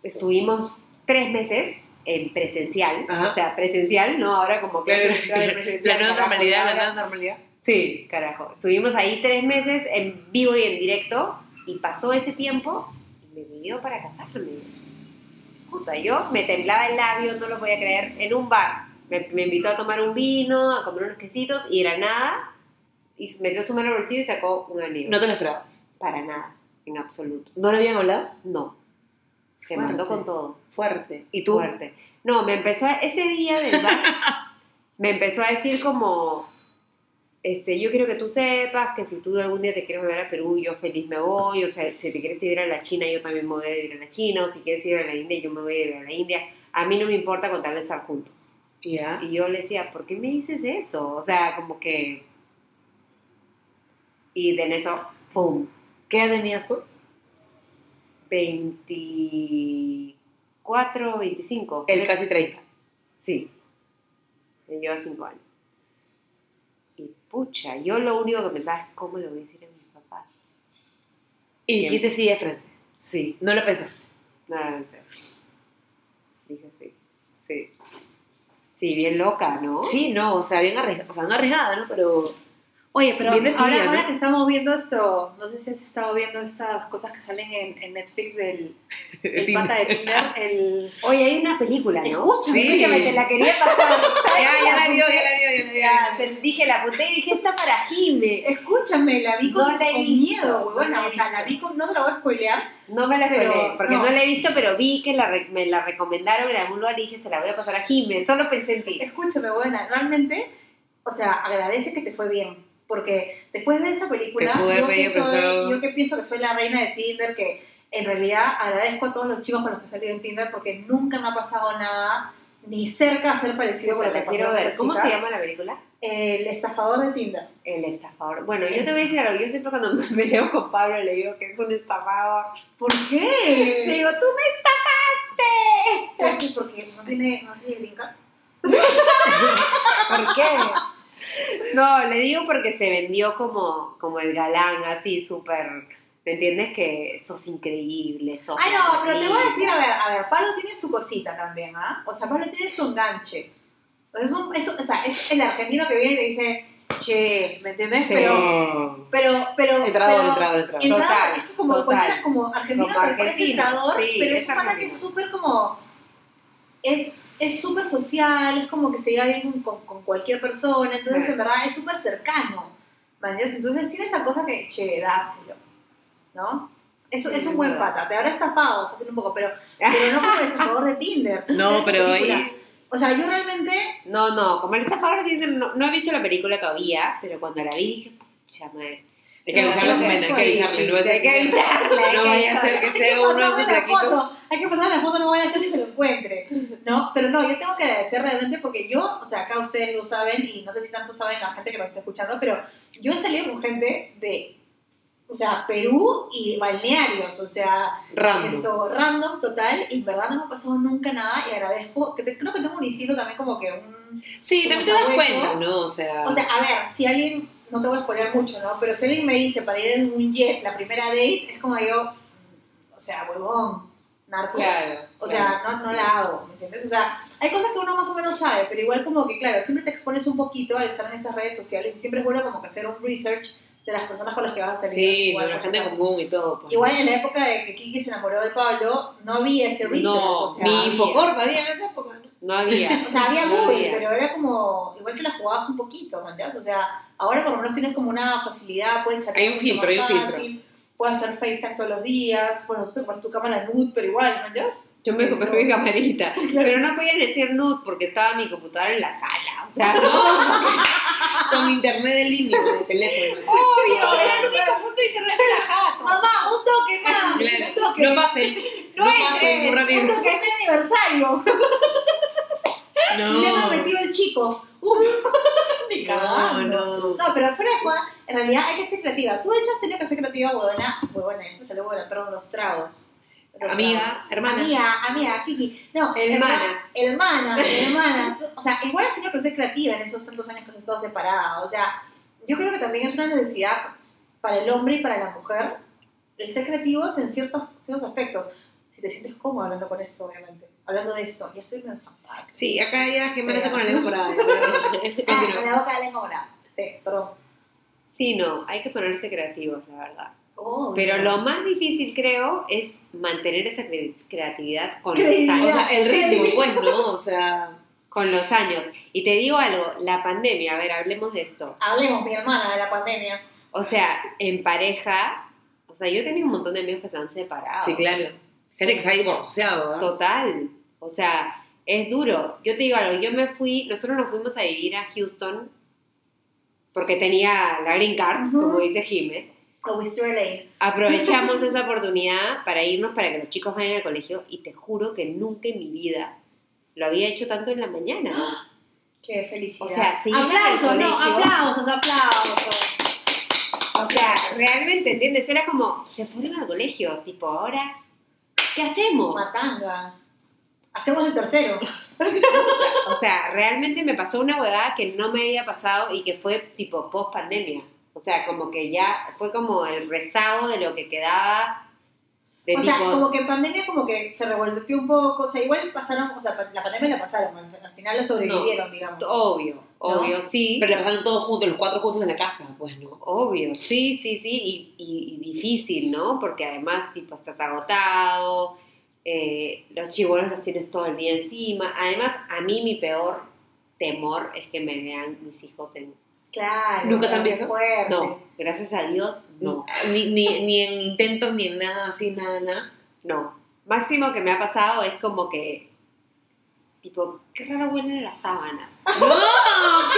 Speaker 3: estuvimos tres meses en presencial,
Speaker 4: Ajá.
Speaker 3: o sea, presencial, ¿no? Ahora como
Speaker 4: Claro,
Speaker 3: clases virtuales,
Speaker 4: la
Speaker 3: presencial,
Speaker 4: nueva
Speaker 3: carajo,
Speaker 4: normalidad, la
Speaker 3: ahora-
Speaker 4: nueva normalidad.
Speaker 3: Sí, carajo. Estuvimos ahí tres meses en vivo y en directo y pasó ese tiempo y me pidió para casarme. Puta, yo me temblaba el labio, no lo podía creer, en un bar. Me, me invitó a tomar un vino, a comer unos quesitos y era nada. Y metió su mano en el bolsillo y sacó un anillo.
Speaker 4: No te lo esperabas.
Speaker 3: Para nada, en absoluto.
Speaker 4: ¿No lo habían hablado?
Speaker 3: No. Se
Speaker 4: Fuerte.
Speaker 3: mandó con todo.
Speaker 4: Fuerte. ¿Y tú?
Speaker 3: Fuerte. No, me empezó a- ese día del bar, me empezó a decir como, este, yo quiero que tú sepas que si tú algún día te quieres volver a Perú, yo feliz me voy, o sea, si te quieres ir a la China, yo también me voy a ir a la China, o si quieres ir a la India, yo me voy a ir a la India. A mí no me importa con tal de estar juntos.
Speaker 4: Ya.
Speaker 3: Y yo le decía, ¿por qué me dices eso? O sea, como que... Y de en eso, ¡pum!
Speaker 4: ¿Qué edad tenías tú?
Speaker 3: 24, 25.
Speaker 4: El casi 30.
Speaker 3: Sí. Me lleva cinco años. Y pucha, yo lo único que pensaba es cómo le voy a decir a mis papás.
Speaker 4: Y
Speaker 3: Bien.
Speaker 4: dijiste sí de frente.
Speaker 3: Sí.
Speaker 4: No lo pensaste.
Speaker 3: Nada de ser. Dije sí. Sí. Sí, bien loca, ¿no?
Speaker 4: Sí, no, o sea, bien arriesgada. O sea, no arriesgada, ¿no? Pero.
Speaker 2: Oye, pero
Speaker 4: Bien decidida,
Speaker 2: ahora,
Speaker 4: ¿no?
Speaker 2: ahora que estamos viendo esto, no sé si has estado viendo estas cosas que salen en, en Netflix del el pata de Tinder, el...
Speaker 3: Oye, hay una película, ¿no?
Speaker 4: Sí.
Speaker 3: Escúchame, te la quería pasar.
Speaker 4: Ya, ya la vio, ya la vio, ya la vio.
Speaker 3: Ya, se- dije, la apunté y dije, está para Jime.
Speaker 2: Escúchame, la vi con,
Speaker 3: No la he
Speaker 2: con
Speaker 3: visto,
Speaker 2: miedo, huevona,
Speaker 3: no la he
Speaker 2: o sea, la vi con... No te la voy a spoilear.
Speaker 3: No me la
Speaker 2: Pero,
Speaker 3: esperé, porque
Speaker 2: no.
Speaker 3: no. la he visto, pero vi que la re- me la recomendaron en algún lugar y dije, se la voy a pasar a Jime. Solo pensé en ti.
Speaker 2: Escúchame, huevona, realmente, o sea, agradece que te fue bien. Porque después de esa película,
Speaker 4: Te pude
Speaker 2: yo
Speaker 4: haber
Speaker 2: que, soy-
Speaker 4: pensado-
Speaker 2: yo que pienso que soy la reina de Tinder, que en realidad agradezco a todos los chicos con los que he salido en Tinder porque nunca me ha pasado nada, ni cerca a ser parecido con
Speaker 3: Puta,
Speaker 2: lo que
Speaker 3: la
Speaker 2: pasó
Speaker 3: quiero
Speaker 2: con
Speaker 3: ver.
Speaker 2: las
Speaker 3: ¿Cómo se
Speaker 2: chicas.
Speaker 3: llama la película?
Speaker 2: El estafador de Tinder.
Speaker 3: El estafador. Bueno, yo te voy a decir algo. Yo siempre cuando me peleo con Pablo le digo que es un estafador.
Speaker 2: ¿Por
Speaker 3: Le
Speaker 2: qué?
Speaker 3: digo, tú me estafaste.
Speaker 2: ¿Por qué? Porque no tiene, no tiene green card.
Speaker 3: ¿Por qué? No, le digo porque se vendió como, como el galán, así, súper. ¿Me entiendes? Que sos increíble, sos.
Speaker 2: Ah, no, pero te voy a
Speaker 3: increíble.
Speaker 2: decir, a ver, a ver, Pablo tiene su cosita también, ¿ah? O sea, Pablo tiene su enganche. O sea, es, un, es un- o sea, es el argentino que viene y te dice, che, ¿me entiendes? Pero,
Speaker 3: Pero.
Speaker 2: pero, pero.
Speaker 4: Entrador,
Speaker 2: pero-
Speaker 4: entrador, entrador.
Speaker 2: entrador,
Speaker 3: Total,
Speaker 2: es que como,
Speaker 3: total.
Speaker 2: cualquiera, como argentino,
Speaker 3: Como
Speaker 2: te parece
Speaker 3: argentino,
Speaker 2: entrador,
Speaker 3: sí,
Speaker 2: pero es
Speaker 3: es
Speaker 2: un pana que
Speaker 3: argentino.
Speaker 2: es súper como. Es es súper social, es como que se lleva bien con, con- con cualquier persona, entonces
Speaker 3: Claro.
Speaker 2: en verdad es súper cercano. ¿me entiendes? Entonces tiene esa cosa que, che, dáselo. ¿No? Es,
Speaker 3: Sí,
Speaker 2: es un
Speaker 3: es
Speaker 2: buen
Speaker 3: verdad.
Speaker 2: pata, te habrá estafado, fácil un poco, pero pero no como el estafador de Tinder. ¿Tú
Speaker 4: No,
Speaker 2: sabes
Speaker 4: pero
Speaker 2: la película?
Speaker 4: ahí-
Speaker 2: O sea, yo realmente...
Speaker 3: No, no, como el estafador tiene. No, no he visto la película todavía, pero cuando la vi dije, pucha madre.
Speaker 4: Hay que avisarle,
Speaker 3: Creo
Speaker 4: hay que
Speaker 3: sí,
Speaker 4: avisarle.
Speaker 3: sí,
Speaker 4: No, es-
Speaker 3: hay que avisarle. hay
Speaker 4: No
Speaker 3: que
Speaker 4: vaya a ser
Speaker 3: avisarle.
Speaker 4: que sea uno de
Speaker 2: pasarle
Speaker 4: esos
Speaker 2: la
Speaker 4: flaquitos.
Speaker 2: foto, Hay que pasar la foto, no voy a hacer que se lo encuentre. No, pero no, yo tengo que agradecer realmente porque yo, o sea, acá ustedes lo saben y no sé si tanto saben la gente que nos está escuchando, pero yo he salido con gente de, o sea, Perú y balnearios, o sea,
Speaker 4: Random.
Speaker 2: Esto, random, total, y en verdad no me ha pasado nunca nada y agradezco, que te- creo que tengo un instinto también como que un...
Speaker 4: Sí, también te das cuenta, ¿no? O sea.
Speaker 2: O sea, a ver, si alguien, no te voy a spoiler mucho, ¿no? Pero si alguien me dice para ir en un jet la primera date, es como digo, o sea, huevón, narco.
Speaker 3: Claro.
Speaker 2: O sea, no, no la hago, ¿me entiendes? O sea, hay cosas que uno más o menos sabe, pero igual como que, claro, siempre te expones un poquito al estar en estas redes sociales y siempre es bueno como que hacer un research de las personas con las que vas a salir.
Speaker 4: sí,
Speaker 2: igual,
Speaker 4: con la
Speaker 2: por
Speaker 4: gente
Speaker 2: si acaso.
Speaker 4: común y todo. pues.
Speaker 2: Igual en la época de que Kiki se enamoró de Pablo, no había ese research.
Speaker 4: No,
Speaker 2: o sea,
Speaker 4: ni Infocorp había en esa época, ¿no?
Speaker 3: No había.
Speaker 2: O sea, había
Speaker 3: No
Speaker 2: Google,
Speaker 3: había.
Speaker 2: pero era como, igual que la jugabas un poquito, ¿me entiendes? O sea, ahora por lo menos tienes como una facilidad, puedes chatear
Speaker 4: Hay un
Speaker 2: mucho
Speaker 4: filtro,
Speaker 2: más
Speaker 4: hay un filtro.
Speaker 2: fácil, Puedes hacer FaceTime todos los días, bueno, tú te pones tu cámara nude, pero igual, ¿me entiendes?
Speaker 3: Yo me compré
Speaker 2: Eso.
Speaker 3: mi camarita, pero no podía decir nude porque estaba mi computadora en la sala. O sea, no.
Speaker 4: Con internet de línea, de teléfono.
Speaker 3: Obvio, era el único punto de internet de la jato.
Speaker 2: Mamá, un toque más, un
Speaker 4: Claro,
Speaker 2: toque,
Speaker 4: No pasen, no, pasen un
Speaker 2: un
Speaker 4: ratito.
Speaker 2: toque, es mi aniversario, y le
Speaker 4: No,
Speaker 2: hemos metido el chico. Uy, ni
Speaker 4: no,
Speaker 2: cagando.
Speaker 4: no.
Speaker 2: No, pero fuera de joda, en realidad hay que ser creativa. Tú de hecho has tenido que ser creativa, huevona, huevona, eh, eso salió huevona, pero los tragos. Los tragos.
Speaker 4: Amiga, hermana.
Speaker 2: Amiga, amiga, Kiki. No,
Speaker 3: Hermana.
Speaker 2: herma- Hermana, hermana. Tú- O sea, igual has tenido que ser creativa en esos tantos años que has estado separada. O sea, yo creo que también es una necesidad para el hombre y para la mujer el ser creativos en ciertos, ciertos aspectos. Si te sientes cómodo hablando con esto, obviamente. Hablando de esto, ya soy medio zampada.
Speaker 4: Sí, acá ya Jimena se con la lengua por ahí. Continúa.
Speaker 2: Ah, con la boca de lengua morada. Sí, perdón.
Speaker 3: Sí, no, hay que ponerse creativos, la verdad.
Speaker 2: Oh,
Speaker 3: Pero
Speaker 2: no.
Speaker 3: lo más difícil, creo, es mantener esa cre- creatividad con los
Speaker 2: Creatividad.
Speaker 4: O
Speaker 3: años.
Speaker 4: sea, el ritmo, pues, ¿no? O sea,
Speaker 3: Con los años. Y te digo algo, la pandemia, a ver, hablemos de esto.
Speaker 2: Hablemos, mi hermana, de la pandemia.
Speaker 3: O sea, en pareja, o sea, yo tenía un montón de amigos que se han separado.
Speaker 4: sí, claro. Gente que se ha divorciado, ¿verdad?
Speaker 3: Total. O sea, es duro. Yo te digo algo, yo me fui, nosotros nos fuimos a vivir a Houston porque tenía la green card,
Speaker 2: Ujú.
Speaker 3: como dice Jime.
Speaker 2: A Wister Lane.
Speaker 3: Aprovechamos esa oportunidad para irnos para que los chicos vayan al colegio y te juro que nunca en mi vida lo había hecho tanto en la mañana.
Speaker 2: Qué felicidad.
Speaker 3: O sea, sí,
Speaker 2: aplausos,
Speaker 3: al
Speaker 2: no,
Speaker 3: colegio.
Speaker 2: aplausos, aplausos.
Speaker 3: O sea, realmente, ¿entiendes? Era como, se fueron al colegio, tipo, ahora, ¿qué hacemos?
Speaker 2: Matanga. Hacemos el tercero.
Speaker 3: O sea, realmente me pasó una huevada que no me había pasado y que fue tipo post pandemia. O sea, como que ya fue como el rezago de lo que quedaba de
Speaker 2: o
Speaker 3: tipo.
Speaker 2: sea, como que en pandemia como que se revolvió un poco. O sea, igual pasaron, o sea, pa- la pandemia la pasaron. Al al final la sobrevivieron, digamos.
Speaker 3: Obvio, obvio, sí.
Speaker 4: Pero la pasaron todos juntos, los cuatro juntos en la casa, pues, ¿no?
Speaker 3: Obvio, sí, sí, sí, y, y- y difícil, ¿no? Porque además, tipo, estás agotado, eh, los chivolos los tienes todo el día encima. Además, a mí mi peor temor es que me vean mis hijos en...
Speaker 2: Claro.
Speaker 4: ¿Nunca te han
Speaker 2: qué
Speaker 4: visto?
Speaker 2: fuerte.
Speaker 3: No, gracias a Dios, no,
Speaker 4: Ni, ni, ni en intentos, ni en nada así, nada, nada.
Speaker 3: no. Máximo que me ha pasado es como que, tipo, qué raro huelen las sábanas.
Speaker 4: ¡No!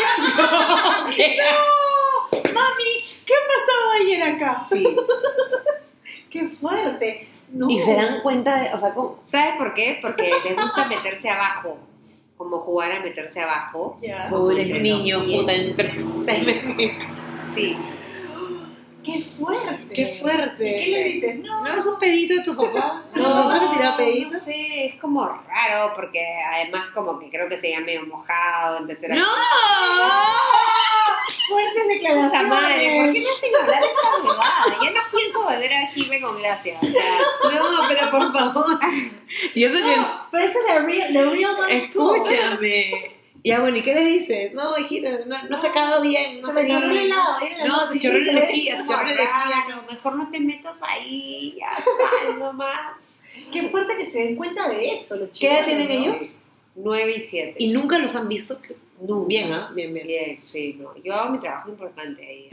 Speaker 4: ¡Qué asco!
Speaker 2: Mami, ¿qué ha pasado ayer acá?
Speaker 3: Sí.
Speaker 2: Qué fuerte. No.
Speaker 4: Y se dan cuenta, de, o sea, ¿cómo?
Speaker 3: ¿Sabes por qué? Porque les gusta meterse abajo, como jugar a meterse abajo.
Speaker 2: Ya.
Speaker 4: Pobres
Speaker 3: Ay,
Speaker 4: niños,
Speaker 3: no.
Speaker 4: puta, entre semen.
Speaker 3: Sí,
Speaker 2: Qué fuerte.
Speaker 4: ¡Qué fuerte!
Speaker 2: ¿Y qué le dices? No.
Speaker 4: ¿No es un pedito de tu papá?
Speaker 3: No,
Speaker 4: ¿Tu papá se tiraba
Speaker 3: no,
Speaker 4: peditos?
Speaker 3: sé, es como raro porque además como que creo que se veía medio mojado, entonces era
Speaker 4: ¡No!
Speaker 2: fuertes
Speaker 3: Puta
Speaker 2: declaraciones.
Speaker 3: madre, ¿por qué me hacen hablar esta huevada? Ya no pienso volver a Jime con gracia. O sea,
Speaker 4: No, pero por favor. Y eso que.
Speaker 2: No, pero esa es la real, la real más
Speaker 4: Escúchame. Ya, bueno, ¿y qué le dices? No, hijita, no, no se acabó bien, no
Speaker 2: No
Speaker 4: se
Speaker 2: se
Speaker 4: acabó
Speaker 2: chorró el
Speaker 4: bien.
Speaker 2: helado.
Speaker 4: No, se chorró la lejía, se
Speaker 3: es
Speaker 4: chorró la lejía.
Speaker 3: no, mejor no te metas ahí, ya sal nomás.
Speaker 2: Qué fuerte que se den cuenta de eso los chicos.
Speaker 4: ¿Qué edad tienen
Speaker 2: ¿no?
Speaker 4: ellos?
Speaker 3: 9 y 7.
Speaker 4: Y nunca los han visto.
Speaker 3: Nunca.
Speaker 4: Bien, ¿ah? Bien, bien.
Speaker 3: Bien, sí, no. Yo hago mi trabajo importante ahí.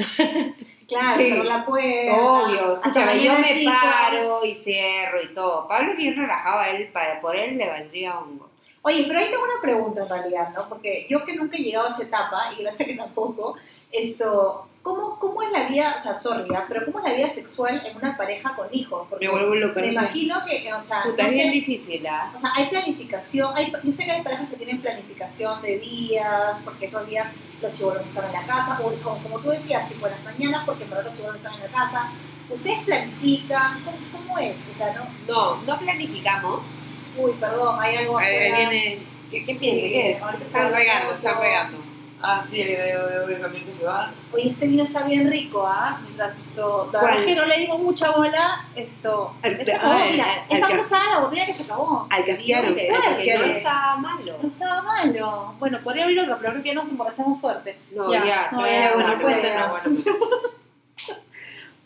Speaker 2: Claro,
Speaker 3: Sí.
Speaker 2: cerrar la puerta.
Speaker 3: Obvio,
Speaker 2: Ah, hasta
Speaker 3: escúchame, yo
Speaker 2: mañana,
Speaker 3: me
Speaker 2: chicos.
Speaker 3: paro y cierro y todo. Pablo es bien relajado, a él, para, por él le valdría hongo.
Speaker 2: Oye, pero ahí tengo una pregunta en realidad, ¿no? Porque yo que nunca he llegado a esa etapa, y gracias a que tampoco, esto, ¿cómo, cómo es la vida, o sea, sorry, ¿ah? pero cómo es la vida sexual en una pareja con hijos? Porque
Speaker 4: Me vuelvo loca,
Speaker 2: me
Speaker 4: no sé.
Speaker 2: imagino que, que, o sea,
Speaker 3: Puta,
Speaker 2: no
Speaker 3: es
Speaker 2: sé,
Speaker 3: bien difícil, ¿ah?
Speaker 2: o sea, hay planificación, hay, yo sé que hay parejas que tienen planificación de días, porque esos días los chivolos están en la casa, o, o como tú decías, tipo en las mañanas, porque para los chivolos están en la casa. ¿Ustedes planifican? ¿Cómo, cómo es? O sea, no,
Speaker 3: No, no planificamos.
Speaker 2: uy, perdón, hay algo
Speaker 4: Ahí,
Speaker 2: afuera.
Speaker 4: ahí viene. ¿Qué, qué siente?
Speaker 2: Sí,
Speaker 4: ¿Qué es?
Speaker 2: ahorita
Speaker 4: Están
Speaker 2: se va
Speaker 4: regando,
Speaker 2: todo.
Speaker 4: están regando. Ah, sí, el, el, el camión que se va.
Speaker 2: Oye, este vino está bien rico, ¿ah? Mientras esto. La
Speaker 3: ¿Cuál?
Speaker 2: verdad es que no le dimos mucha bola. Esto.
Speaker 4: Al-
Speaker 2: Esta
Speaker 4: ah,
Speaker 2: botella.
Speaker 4: al-
Speaker 2: Esa
Speaker 4: al-
Speaker 2: pasada la botella que se acabó.
Speaker 4: Al casquearon,
Speaker 2: ah,
Speaker 3: que,
Speaker 4: al
Speaker 3: que no
Speaker 4: casquearon.
Speaker 3: está malo.
Speaker 2: No estaba malo. Bueno, podría abrir otra, pero creo que ya nos emborrachamos fuerte.
Speaker 3: No,
Speaker 2: Ya,
Speaker 3: ya,
Speaker 2: no,
Speaker 3: trae
Speaker 2: ya,
Speaker 3: agua,
Speaker 2: bueno,
Speaker 3: trae
Speaker 4: cuéntanos.
Speaker 3: agua.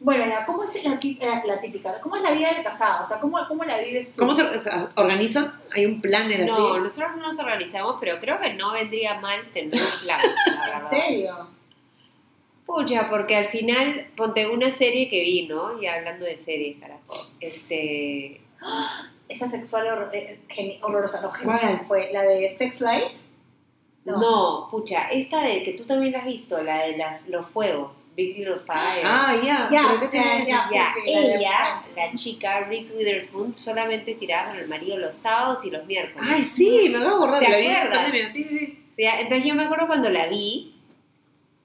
Speaker 2: Bueno, ya, ¿cómo es la, ti- la- la típica? ¿Cómo es la vida del casado? O sea, ¿cómo, cómo la vives tú?
Speaker 4: ¿Cómo se o sea, organizan? ¿Hay un planner así?
Speaker 3: No, nosotros no nos organizamos, pero creo que no vendría mal tener un plan. la
Speaker 2: ¿En
Speaker 3: verdad.
Speaker 2: serio?
Speaker 3: Pucha, porque al final, ponte una serie que vi, ¿no? Y hablando de series, carajo. Este.
Speaker 2: Esa sexual hor- eh, geni- horrorosa, no genial
Speaker 4: ¿Cuál?
Speaker 2: fue. ¿La de Sex Life?
Speaker 3: No. pucha, esta de que tú también la has visto, la de la- los fuegos, Big Little Fire.
Speaker 4: Ah, ya.
Speaker 2: Ya,
Speaker 4: ¿Pero qué tiene
Speaker 2: ya,
Speaker 4: eso?
Speaker 2: ya. sí,
Speaker 3: Ya,
Speaker 2: sí, la de-
Speaker 3: ella, la chica Reese Witherspoon, solamente tiraba con el marido los sábados y los miércoles.
Speaker 4: Ay, sí, me acabo de borrar.
Speaker 3: ¿Te
Speaker 4: La vi en
Speaker 3: acuerdas?
Speaker 4: pandemia, Sí, sí, sí.
Speaker 3: Ya, Entonces yo me acuerdo cuando la vi,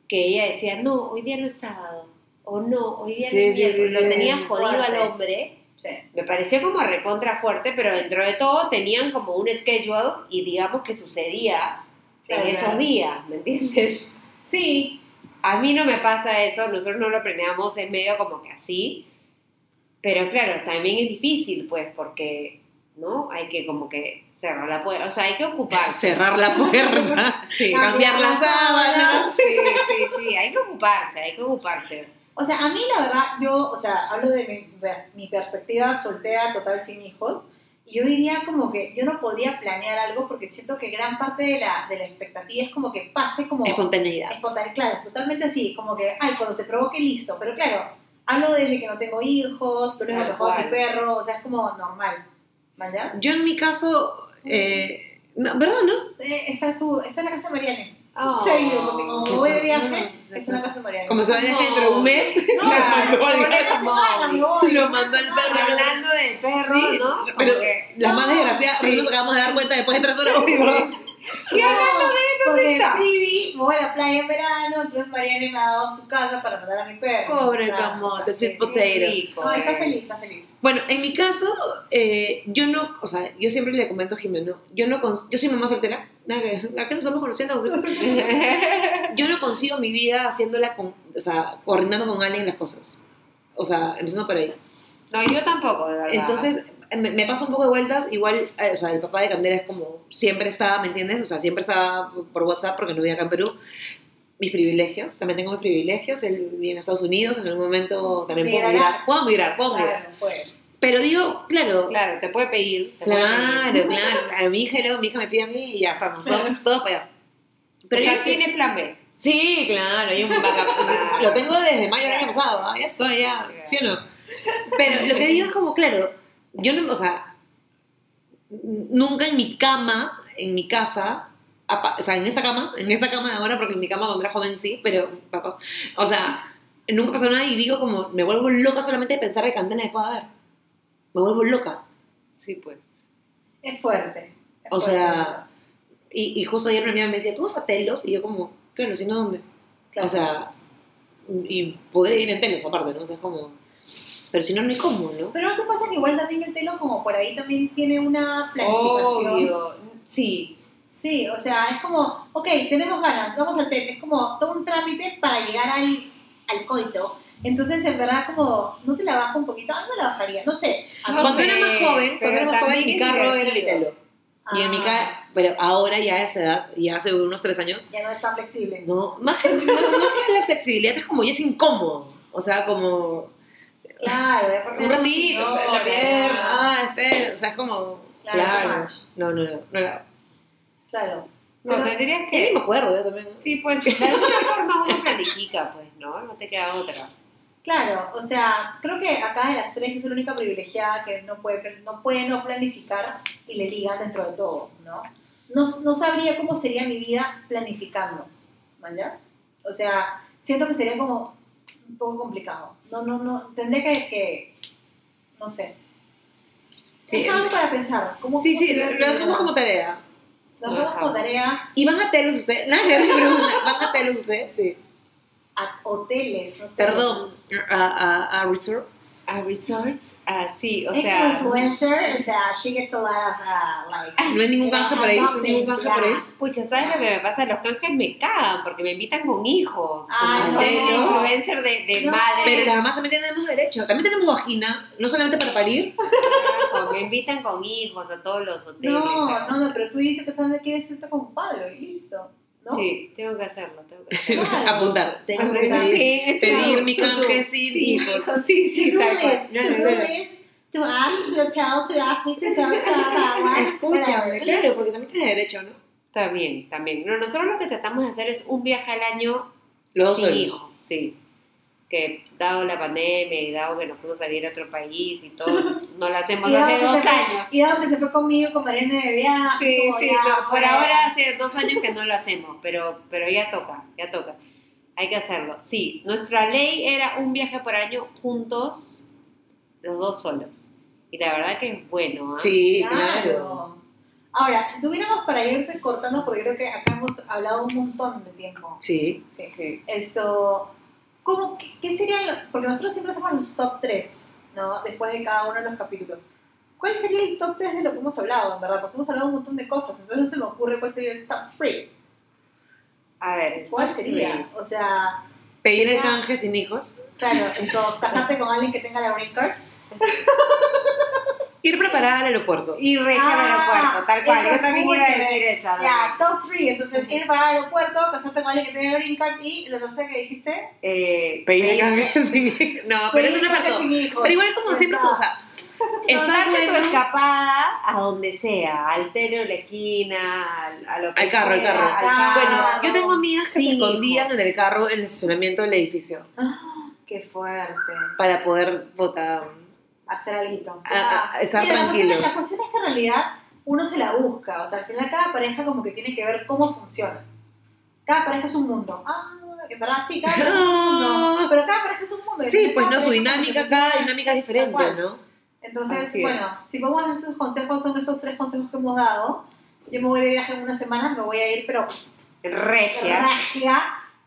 Speaker 3: que ella decía, no, hoy día no es sábado, o no, hoy día no
Speaker 4: Sí,
Speaker 3: es
Speaker 4: sí, sí,
Speaker 3: miércoles". lo
Speaker 4: sí.
Speaker 3: tenía jodido
Speaker 2: Fuerte.
Speaker 3: al hombre.
Speaker 2: Sí.
Speaker 3: Me pareció como recontra fuerte, pero dentro de todo tenían como un schedule y digamos que sucedía en
Speaker 2: Claro.
Speaker 3: esos días, ¿me entiendes?
Speaker 2: Sí.
Speaker 3: A mí no me pasa eso, nosotros no lo planeamos, es medio como que así, pero claro, también es difícil, pues, porque, ¿no? Hay que como que cerrar la puerta, o sea, hay que ocuparse.
Speaker 4: Cerrar la puerta,
Speaker 3: Sí. Ah,
Speaker 4: cambiar las sábanas.
Speaker 3: Sí, sí, sí, hay que ocuparse, hay que ocuparse.
Speaker 2: O sea, a mí la verdad, yo, o sea, hablo de mi, de mi perspectiva soltera, total, sin hijos, y yo diría como que yo no podía planear algo porque siento que gran parte de la, de la expectativa es como que pase como...
Speaker 4: Espontaneidad.
Speaker 2: espontáneo, claro, totalmente así, como que, ay, cuando te provoque, listo, pero claro, hablo desde que no tengo hijos, pero es
Speaker 3: Tal
Speaker 2: lo mejor
Speaker 3: cual.
Speaker 2: mi perro, o sea, es como normal, ¿mandas?
Speaker 4: Yo en mi caso, eh, no, ¿verdad, no?
Speaker 2: Eh, está, su, está en la casa de Mariane.
Speaker 3: Oh.
Speaker 2: Sí, yo, porque como
Speaker 4: se
Speaker 2: voy de
Speaker 4: pasó,
Speaker 2: viaje, está
Speaker 4: se
Speaker 2: en la
Speaker 4: pasó.
Speaker 2: casa de Mariane.
Speaker 4: Como se va de viaje dentro de un mes,
Speaker 3: No,
Speaker 4: lo mandó al
Speaker 3: pobre
Speaker 2: Una
Speaker 4: gato.
Speaker 2: semana me voy,
Speaker 4: Lo
Speaker 2: una
Speaker 4: mandó al
Speaker 2: semana.
Speaker 4: perro.
Speaker 3: Hablando del perro,
Speaker 4: Sí,
Speaker 3: ¿no?
Speaker 4: pero
Speaker 3: Como que-
Speaker 4: las más desgraciadas,
Speaker 3: Sí.
Speaker 4: nos acabamos de dar cuenta después de tres horas. uy, ¿verdad?
Speaker 3: ¿Qué hablando de él?
Speaker 2: Porque
Speaker 3: ¿Dónde está?
Speaker 2: Frivi, me voy a la playa en verano, entonces Mariane me ha dado su casa para mandar a mi perro.
Speaker 4: Pobre
Speaker 2: Está-
Speaker 4: camote,
Speaker 2: está
Speaker 4: sweet
Speaker 2: feliz.
Speaker 4: potato.
Speaker 3: Rico, eh.
Speaker 2: No, está
Speaker 3: es.
Speaker 2: feliz, está feliz.
Speaker 4: Bueno, en mi caso, eh, yo no, o sea, yo siempre le comento a Jimeno, yo no, cons- yo soy mamá soltera, nada que, acá nos estamos conociendo. pues. yo no consigo mi vida haciéndola, con, o sea, coordinando con alguien las cosas. O sea, empezando por ahí.
Speaker 3: No, yo tampoco, de verdad.
Speaker 4: Entonces, me, me paso un poco de vueltas, igual, eh, o sea, el papá de Candela es como, siempre estaba, ¿me entiendes? O sea, siempre estaba por WhatsApp porque no vivía acá en Perú. Mis privilegios, también tengo mis privilegios, él vive en Estados Unidos, en algún momento también puedo
Speaker 2: Migrarás.
Speaker 4: migrar, puedo migrar, puedo migrar.
Speaker 2: Claro, pues.
Speaker 4: Pero digo, claro,
Speaker 3: claro, te puede pedir. te puede
Speaker 4: claro,
Speaker 3: pedir.
Speaker 4: claro, claro, mi hija, y luego mi hija me pide a mí y ya estamos, todos, todos para allá. Pero
Speaker 3: o sea,
Speaker 4: yo-
Speaker 3: tiene plan B.
Speaker 4: Sí, claro, hay un backup. Lo tengo desde mayo del año pasado, ¿ah? ya estoy, ya,
Speaker 3: Claro.
Speaker 4: ¿sí o no? Pero lo que digo es como, claro, yo no, o sea, n- nunca en mi cama, en mi casa, apa- o sea, en esa cama, en esa cama de ahora, porque en mi cama cuando era joven sí, pero papás, o sea, nunca pasó nada y digo como, me vuelvo loca solamente de pensar que Candela me pueda ver. Me vuelvo loca.
Speaker 3: Sí, pues.
Speaker 2: Es fuerte. es
Speaker 4: O
Speaker 2: fuerte,
Speaker 4: sea, Y, y justo ayer mi amiga me decía, ¿tú vas a Telos? Y yo como, claro, si no, ¿dónde?
Speaker 2: claro.
Speaker 4: O sea, y podría ir en telos aparte, ¿no? O sea, es como... Pero si no, no es cómodo, ¿no?
Speaker 2: Pero no te pasa que igual también el telo como por ahí también tiene una planificación.
Speaker 3: Obvio. Sí.
Speaker 2: Sí, o sea, es como, ok, tenemos ganas, vamos al TEC. Es como todo un trámite para llegar al, al coito. Entonces, en verdad, como, ¿no te la baja un poquito? Ah, no la bajaría, no sé. A mí
Speaker 3: No
Speaker 4: Cuando
Speaker 2: sí.
Speaker 3: sé,
Speaker 4: era más joven,
Speaker 3: pero
Speaker 4: cuando era más joven,
Speaker 3: también
Speaker 4: mi
Speaker 3: es
Speaker 4: carro era el
Speaker 3: divertido.
Speaker 4: Italo. Y en mi
Speaker 2: Ah,
Speaker 4: ca- pero ahora ya a esa edad, ya hace unos tres años,
Speaker 2: Ya no es tan flexible.
Speaker 4: no, más que, no, no que la flexibilidad, es como ya es incómodo. O sea, como
Speaker 2: Claro, ya porque
Speaker 4: un
Speaker 2: no,
Speaker 4: ratito,
Speaker 2: no,
Speaker 4: la
Speaker 2: no,
Speaker 4: pierna,
Speaker 2: no,
Speaker 4: ah, espera, o sea, es como,
Speaker 2: Claro,
Speaker 4: claro,
Speaker 2: too
Speaker 4: no, no, no, no, la-
Speaker 2: Claro.
Speaker 3: No, tendrías
Speaker 4: yo ni
Speaker 3: que...
Speaker 4: me acuerdo yo también.
Speaker 3: Sí, pues de alguna forma uno planifica, pues, ¿no? No te queda otra.
Speaker 2: Claro, o sea, creo que acá de las tres yo soy la única privilegiada que no puede no, puede no planificar y le ligan dentro de todo, ¿no? No, no sabría cómo sería mi vida planificando, ¿mandas? O sea, siento que sería como un poco complicado. No, no, no, tendría que, que no sé.
Speaker 4: Sí,
Speaker 2: es algo para pensar. ¿Cómo,
Speaker 4: Sí,
Speaker 2: cómo
Speaker 4: sí,
Speaker 2: sería
Speaker 4: lo,
Speaker 2: mi
Speaker 4: lo
Speaker 2: vida?
Speaker 4: dejamos como tarea.
Speaker 2: Lo
Speaker 3: lo
Speaker 2: dejamos como
Speaker 3: dejamos.
Speaker 2: tarea
Speaker 4: ¿Y van a telos ustedes? Nadie me pregunta, ¿van a telos ustedes? Sí.
Speaker 2: a hoteles. ¿no?
Speaker 4: Perdón, a, a, a resorts.
Speaker 3: A resorts, ah, sí, o
Speaker 2: es
Speaker 3: sea...
Speaker 2: como influencer, o sea, she gets a lot of, uh, like...
Speaker 4: No hay ningún canje por ahí, ningún canje por ahí.
Speaker 3: Pucha, ¿sabes lo que me pasa? Los canjes me cagan porque me invitan con hijos.
Speaker 2: Ah,
Speaker 3: como
Speaker 4: no.
Speaker 3: soy influencer de, de
Speaker 2: No.
Speaker 3: madre.
Speaker 4: Pero las mamás también tenemos derecho, también tenemos vagina, no solamente para parir.
Speaker 3: Como me invitan con hijos a todos los hoteles.
Speaker 2: No, no, no, pero tú dices que solamente quieres irte con Pablo y listo, ¿no?
Speaker 3: Sí, tengo que hacerlo, tengo que hacerlo.
Speaker 2: Claro.
Speaker 4: Apuntar. Tengo que
Speaker 3: Porque
Speaker 4: pedir,
Speaker 3: también-
Speaker 4: pedir mi pues,
Speaker 3: Tú, tú.
Speaker 4: canje sin hijos.
Speaker 3: Sí, pues, sí,
Speaker 2: To do
Speaker 3: tal cual.
Speaker 2: list, to do list, to ask, to tell, to ask me, to tell, to ask,
Speaker 4: Escúchame, claro, porque también tienes derecho, ¿no?
Speaker 3: También, también. No, nosotros lo que tratamos de hacer es un viaje al año
Speaker 4: Los dos
Speaker 3: sin
Speaker 4: solos.
Speaker 3: hijos, sí. Que dado la pandemia y dado que nos fuimos a vivir a otro país y todo, no lo hacemos
Speaker 2: Y a
Speaker 3: hace
Speaker 2: donde
Speaker 3: dos
Speaker 2: se fue-
Speaker 3: años.
Speaker 2: Y a donde se fue conmigo con Mariana de viaje.
Speaker 3: Sí,
Speaker 2: como
Speaker 3: sí,
Speaker 2: ya,
Speaker 3: no, por
Speaker 2: fuera.
Speaker 3: ahora hace dos años que no lo hacemos, pero, pero ya toca, ya toca. Hay que hacerlo. Sí, nuestra ley era un viaje por año juntos, los dos solos. Y la verdad que es bueno, ¿ah?
Speaker 4: Sí, claro.
Speaker 2: Claro. Ahora, si tuviéramos para irte cortando, porque creo que acá hemos hablado un montón de tiempo.
Speaker 4: Sí.
Speaker 2: Sí.
Speaker 3: Sí.
Speaker 2: Esto, ¿cómo, qué, qué serían los, porque nosotros siempre hacemos los top 3, ¿no? Después de cada uno de los capítulos. ¿Cuál sería el top 3 de lo que hemos hablado, en verdad? Porque hemos hablado un montón de cosas, entonces no se me ocurre cuál sería el top 3.
Speaker 3: A ver,
Speaker 2: ¿Cuál
Speaker 3: entonces,
Speaker 2: sería? O sea,
Speaker 4: Pedir el canje sin hijos.
Speaker 2: claro, esto, casarte con alguien que tenga la green card.
Speaker 4: Ir preparada al aeropuerto.
Speaker 3: Y reja al
Speaker 2: Ah,
Speaker 3: aeropuerto, tal cual.
Speaker 2: eso
Speaker 3: Yo también
Speaker 2: es muy
Speaker 3: iba a
Speaker 2: chévere.
Speaker 3: decir esa.
Speaker 4: Ah.
Speaker 2: Ya,
Speaker 3: Dana.
Speaker 2: top 3, entonces ir para el aeropuerto, casarte con alguien que tenga la green card y la tercera que dijiste.
Speaker 3: Eh,
Speaker 4: Pedir el
Speaker 3: pedir-
Speaker 4: canje sin hijos. No, Ah, pero eso no
Speaker 2: Pedir
Speaker 4: apartó.
Speaker 2: sin hijos.
Speaker 4: Pero igual como siempre,
Speaker 2: Está.
Speaker 4: o sea, está
Speaker 3: Contarte tu
Speaker 4: bueno.
Speaker 3: escapada a donde sea, al telo de la esquina, al, a lo que
Speaker 4: Al carro, al
Speaker 3: sea,
Speaker 4: carro. Bueno,
Speaker 2: carro.
Speaker 4: yo tengo amigas que se
Speaker 3: Ah, Sin
Speaker 4: escondían
Speaker 3: hijos.
Speaker 4: en el carro en el estacionamiento del edificio
Speaker 2: Ah, qué fuerte.
Speaker 4: para poder votar.
Speaker 2: hacer algo. Ah,
Speaker 4: A- a- a Ah, estar
Speaker 2: Mira, la cuestión-
Speaker 4: tranquilos.
Speaker 2: La cuestión, es que en realidad uno se la busca, o sea, al final cada pareja como que tiene que ver cómo funciona. Cada pareja es un mundo. Ah, en verdad sí, cada pareja es un mundo. Pero cada pareja es un mundo. y al
Speaker 4: Sí,
Speaker 2: final
Speaker 4: pues
Speaker 2: cada
Speaker 4: no, su
Speaker 2: pareja como
Speaker 4: dinámica,
Speaker 2: que
Speaker 4: cada
Speaker 2: funciona.
Speaker 4: dinámica es
Speaker 2: Tal
Speaker 4: diferente,
Speaker 2: cual.
Speaker 4: ¿no?
Speaker 2: Entonces,
Speaker 3: Así
Speaker 2: bueno, si vamos a esos consejos, son esos tres consejos que hemos dado. Yo me voy de viaje en una semana, me voy a ir, pero
Speaker 3: Regia.
Speaker 2: racia,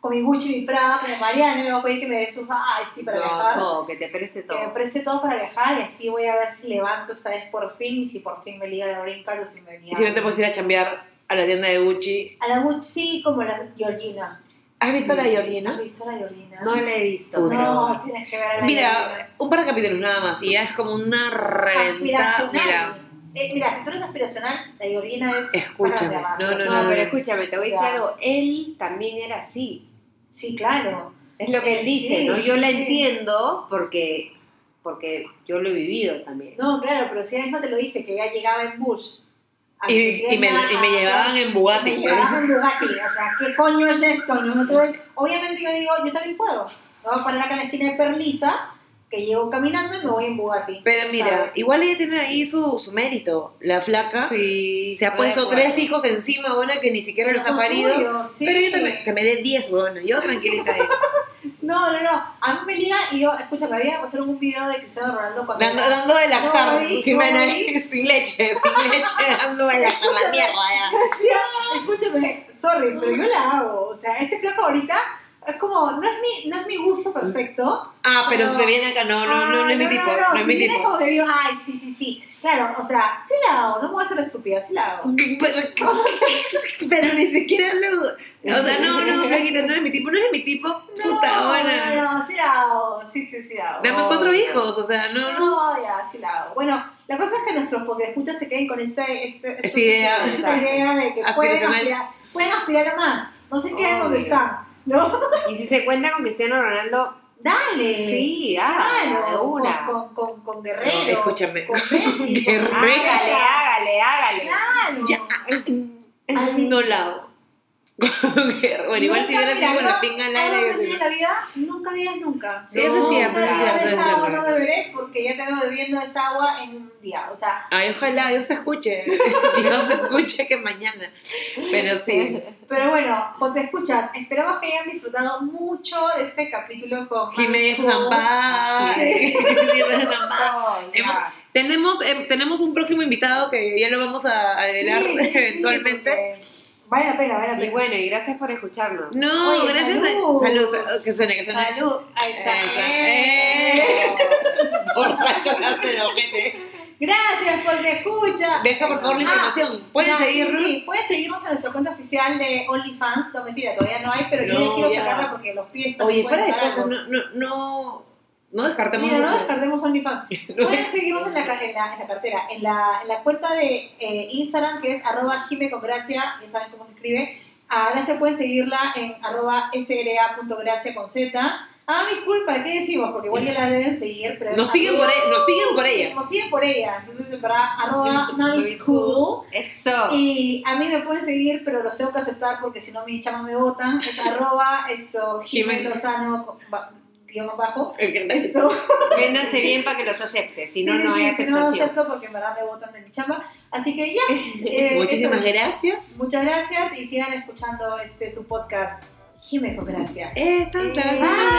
Speaker 2: con mi Gucci, mi Prada, como Mariana, y le voy a pedir que me dé sus ay, sí, para
Speaker 3: No,
Speaker 2: viajar.
Speaker 3: todo, que te preste
Speaker 2: Eh, que me
Speaker 3: todo.
Speaker 2: preste todo para viajar y así voy a ver si levanto esta vez por fin y si por fin me liga la green card o si me
Speaker 4: Y si no te puedes ir a chambear a la tienda de Gucci.
Speaker 2: A la Gucci como la Georgina.
Speaker 4: ¿Has visto la de
Speaker 2: ¿Has
Speaker 4: Georgina?
Speaker 2: visto la Georgina?
Speaker 3: No la he visto.
Speaker 4: Puta.
Speaker 2: No, tienes que ver a la Georgina.
Speaker 4: Mira, un par de capítulos nada más y ya es como una reventada.
Speaker 2: Aspiracional.
Speaker 4: Mira,
Speaker 2: Eh, mira, si tú eres aspiracional, la Georgina es...
Speaker 4: Escúchame,
Speaker 2: sácate abajo.
Speaker 4: no,
Speaker 3: No, pero escúchame, te voy a decir
Speaker 2: Ya.
Speaker 3: algo. Él también era así.
Speaker 2: Sí, claro.
Speaker 3: Es lo que él dice,
Speaker 2: Sí,
Speaker 3: ¿no? Yo la
Speaker 2: sí.
Speaker 3: entiendo porque, porque yo lo he vivido también.
Speaker 2: No, claro, pero si ella misma te lo dice, que ella llegaba en bus. a
Speaker 4: y,
Speaker 2: mi
Speaker 4: y me,
Speaker 2: tienda,
Speaker 4: y me llevaban en Bugatti. pues.
Speaker 2: Me llevaban en Bugatti, o sea, ¿qué coño es esto? no? Entonces, obviamente yo digo, yo también puedo. Me voy a parar acá en la esquina de Perlisa, que llego caminando y me voy en Bugatti.
Speaker 4: Pero mira,
Speaker 2: ¿sabes?
Speaker 4: igual ella tiene ahí su, su mérito. La flaca
Speaker 3: Sí.
Speaker 4: se ha puesto tres hijos encima, una que ni siquiera los
Speaker 2: Son
Speaker 4: ha parido.
Speaker 2: suyos, sí.
Speaker 4: Pero yo también, que me dé 10, bueno, yo tranquilita. ahí.
Speaker 2: No, no, no. A mí me liga y yo, escúchame, había que hacer un video de Cristiano Ronaldo cuando.
Speaker 4: dando, dando de lactar,
Speaker 2: No, no,
Speaker 4: Jimena,
Speaker 2: no.
Speaker 4: sin leche, sin leche, dando de lactar la mierda. ya.
Speaker 2: Sí, escúchame, sorry, pero yo la hago. O sea, este plato ahorita es como, no es mi, no es mi gusto perfecto.
Speaker 4: Ah, pero
Speaker 2: No.
Speaker 4: si te viene acá, no, no, no, no,
Speaker 2: Ah,
Speaker 4: es mi tipo, no,
Speaker 2: No,
Speaker 4: es mi
Speaker 2: Si vienes
Speaker 4: tipo.
Speaker 2: como que digo, ay, sí, sí, sí. Claro, o sea, sí la hago, no me voy a hacer estúpida, sí la hago.
Speaker 4: Pero, pero ni siquiera lo. O sea, no, no, flaquita, no eres mi tipo, no eres mi tipo, puta,
Speaker 2: no,
Speaker 4: buena.
Speaker 2: no, sí la hago, sí, sí, sí la hago.
Speaker 4: Dame
Speaker 3: No,
Speaker 4: cuatro
Speaker 3: no.
Speaker 4: hijos, o sea, no, no.
Speaker 2: No, ya, sí la hago. Bueno, la cosa es que nuestros podescuchas se queden con esta, este,
Speaker 4: Esa idea.
Speaker 2: esta idea de que pueden
Speaker 4: Aspiracional.
Speaker 2: aspirar, pueden aspirar a más. No se queden donde
Speaker 3: Obvio.
Speaker 2: están, ¿no?
Speaker 3: Y si se cuenta con Cristiano Ronaldo,
Speaker 2: Dale.
Speaker 3: sí, hágalo, de
Speaker 2: Eh, Claro,
Speaker 3: una.
Speaker 2: Con, con, con, con Guerrero.
Speaker 4: No, escúchame.
Speaker 2: Con Messi. con-
Speaker 4: Guerrero.
Speaker 3: Hágale, hágale, hágale.
Speaker 2: Claro.
Speaker 4: Ya,
Speaker 2: Ay.
Speaker 4: no la hago. bueno, igual si
Speaker 2: Nunca,
Speaker 4: hubiera sido
Speaker 2: mira,
Speaker 4: con la
Speaker 2: algo-
Speaker 4: pinga en el
Speaker 2: algo
Speaker 4: aire. yo
Speaker 2: aprendí
Speaker 4: sí.
Speaker 2: en la vida, nunca digas nunca.
Speaker 4: Sí, eso es cierto,
Speaker 2: Nunca
Speaker 4: eso es
Speaker 2: digas,
Speaker 4: cierto, eso es
Speaker 2: esta agua
Speaker 4: cierto.
Speaker 2: no beberé porque ya te veo bebiendo esta agua en un día. O sea,
Speaker 4: Ay, ojalá Dios te escuche. Dios te escuche que mañana. Pero sí.
Speaker 2: pero bueno, pues te escuchas. Esperamos que hayan disfrutado mucho de este capítulo con
Speaker 4: Jiménez
Speaker 2: Hans Kuhn.
Speaker 4: Zampada.
Speaker 2: Sí.
Speaker 4: Jiménez Zampada.
Speaker 3: Ay, ya.
Speaker 4: Hemos- Tenemos, eh, tenemos un próximo invitado que ya lo vamos a adelar
Speaker 2: Sí, sí, sí,
Speaker 4: eventualmente.
Speaker 2: porque Vale la pena, vale la
Speaker 3: Y
Speaker 2: pena.
Speaker 3: bueno, y gracias por escucharnos.
Speaker 4: No,
Speaker 2: Oye,
Speaker 4: gracias
Speaker 2: salud.
Speaker 4: a. Salud, salud, que suene, que suene.
Speaker 2: Salud. Ahí está.
Speaker 4: Esa.
Speaker 2: Eh.
Speaker 4: Borrachos hasta el ojete.
Speaker 2: Gracias por te escucha.
Speaker 4: este Deja por favor la
Speaker 2: Ah,
Speaker 4: información. Pueden
Speaker 2: Ya, sí,
Speaker 4: seguirnos.
Speaker 2: sí, pueden seguirnos en nuestra cuenta oficial de OnlyFans. No, mentira, todavía no hay, pero yo
Speaker 4: No,
Speaker 2: ya quiero
Speaker 4: ya.
Speaker 2: sacarla porque los pies también
Speaker 4: Oye, fuera de
Speaker 2: pueden
Speaker 4: cosas,
Speaker 2: sacar algo.
Speaker 4: no, no, no, no descartamos.
Speaker 2: Mira, no
Speaker 4: mucho.
Speaker 2: descartemos OnlyFans.
Speaker 4: No
Speaker 2: Pueden seguirnos en la, ca- en la- en la cartera, en la, en la cuenta de eh, Instagram que es arroba jime con gracia, ya saben cómo se escribe. A Gracia pueden seguirla en arroba sra.gracia con z. Ah, mi culpa, ¿qué decimos? Porque igual ya la deben seguir. Pero
Speaker 4: Nos siguen por e- nos siguen por ella.
Speaker 2: Nos siguen por ella. Entonces, en verdad, arroba
Speaker 4: Navis
Speaker 2: naviscool.
Speaker 3: Eso.
Speaker 2: Y a mí me pueden seguir, pero los tengo que aceptar porque si no mi chama me bota. Es arroba esto, Jimé
Speaker 4: Jiménez.
Speaker 2: Lozano, con- ba- guión más bajo.
Speaker 4: Eh,
Speaker 2: Esto,
Speaker 3: Véndanse bien para que los acepte, si no,
Speaker 2: sí,
Speaker 3: no
Speaker 2: sí,
Speaker 3: hay
Speaker 2: si no lo
Speaker 3: aceptación.
Speaker 2: acepto porque en verdad me botan de mi chamba. Así que ya. eh,
Speaker 4: Muchísimas
Speaker 2: eso es.
Speaker 4: gracias.
Speaker 2: Muchas gracias y sigan escuchando este su podcast, Jimé con Gracia.
Speaker 4: Eh, tan, tan, tan, tan.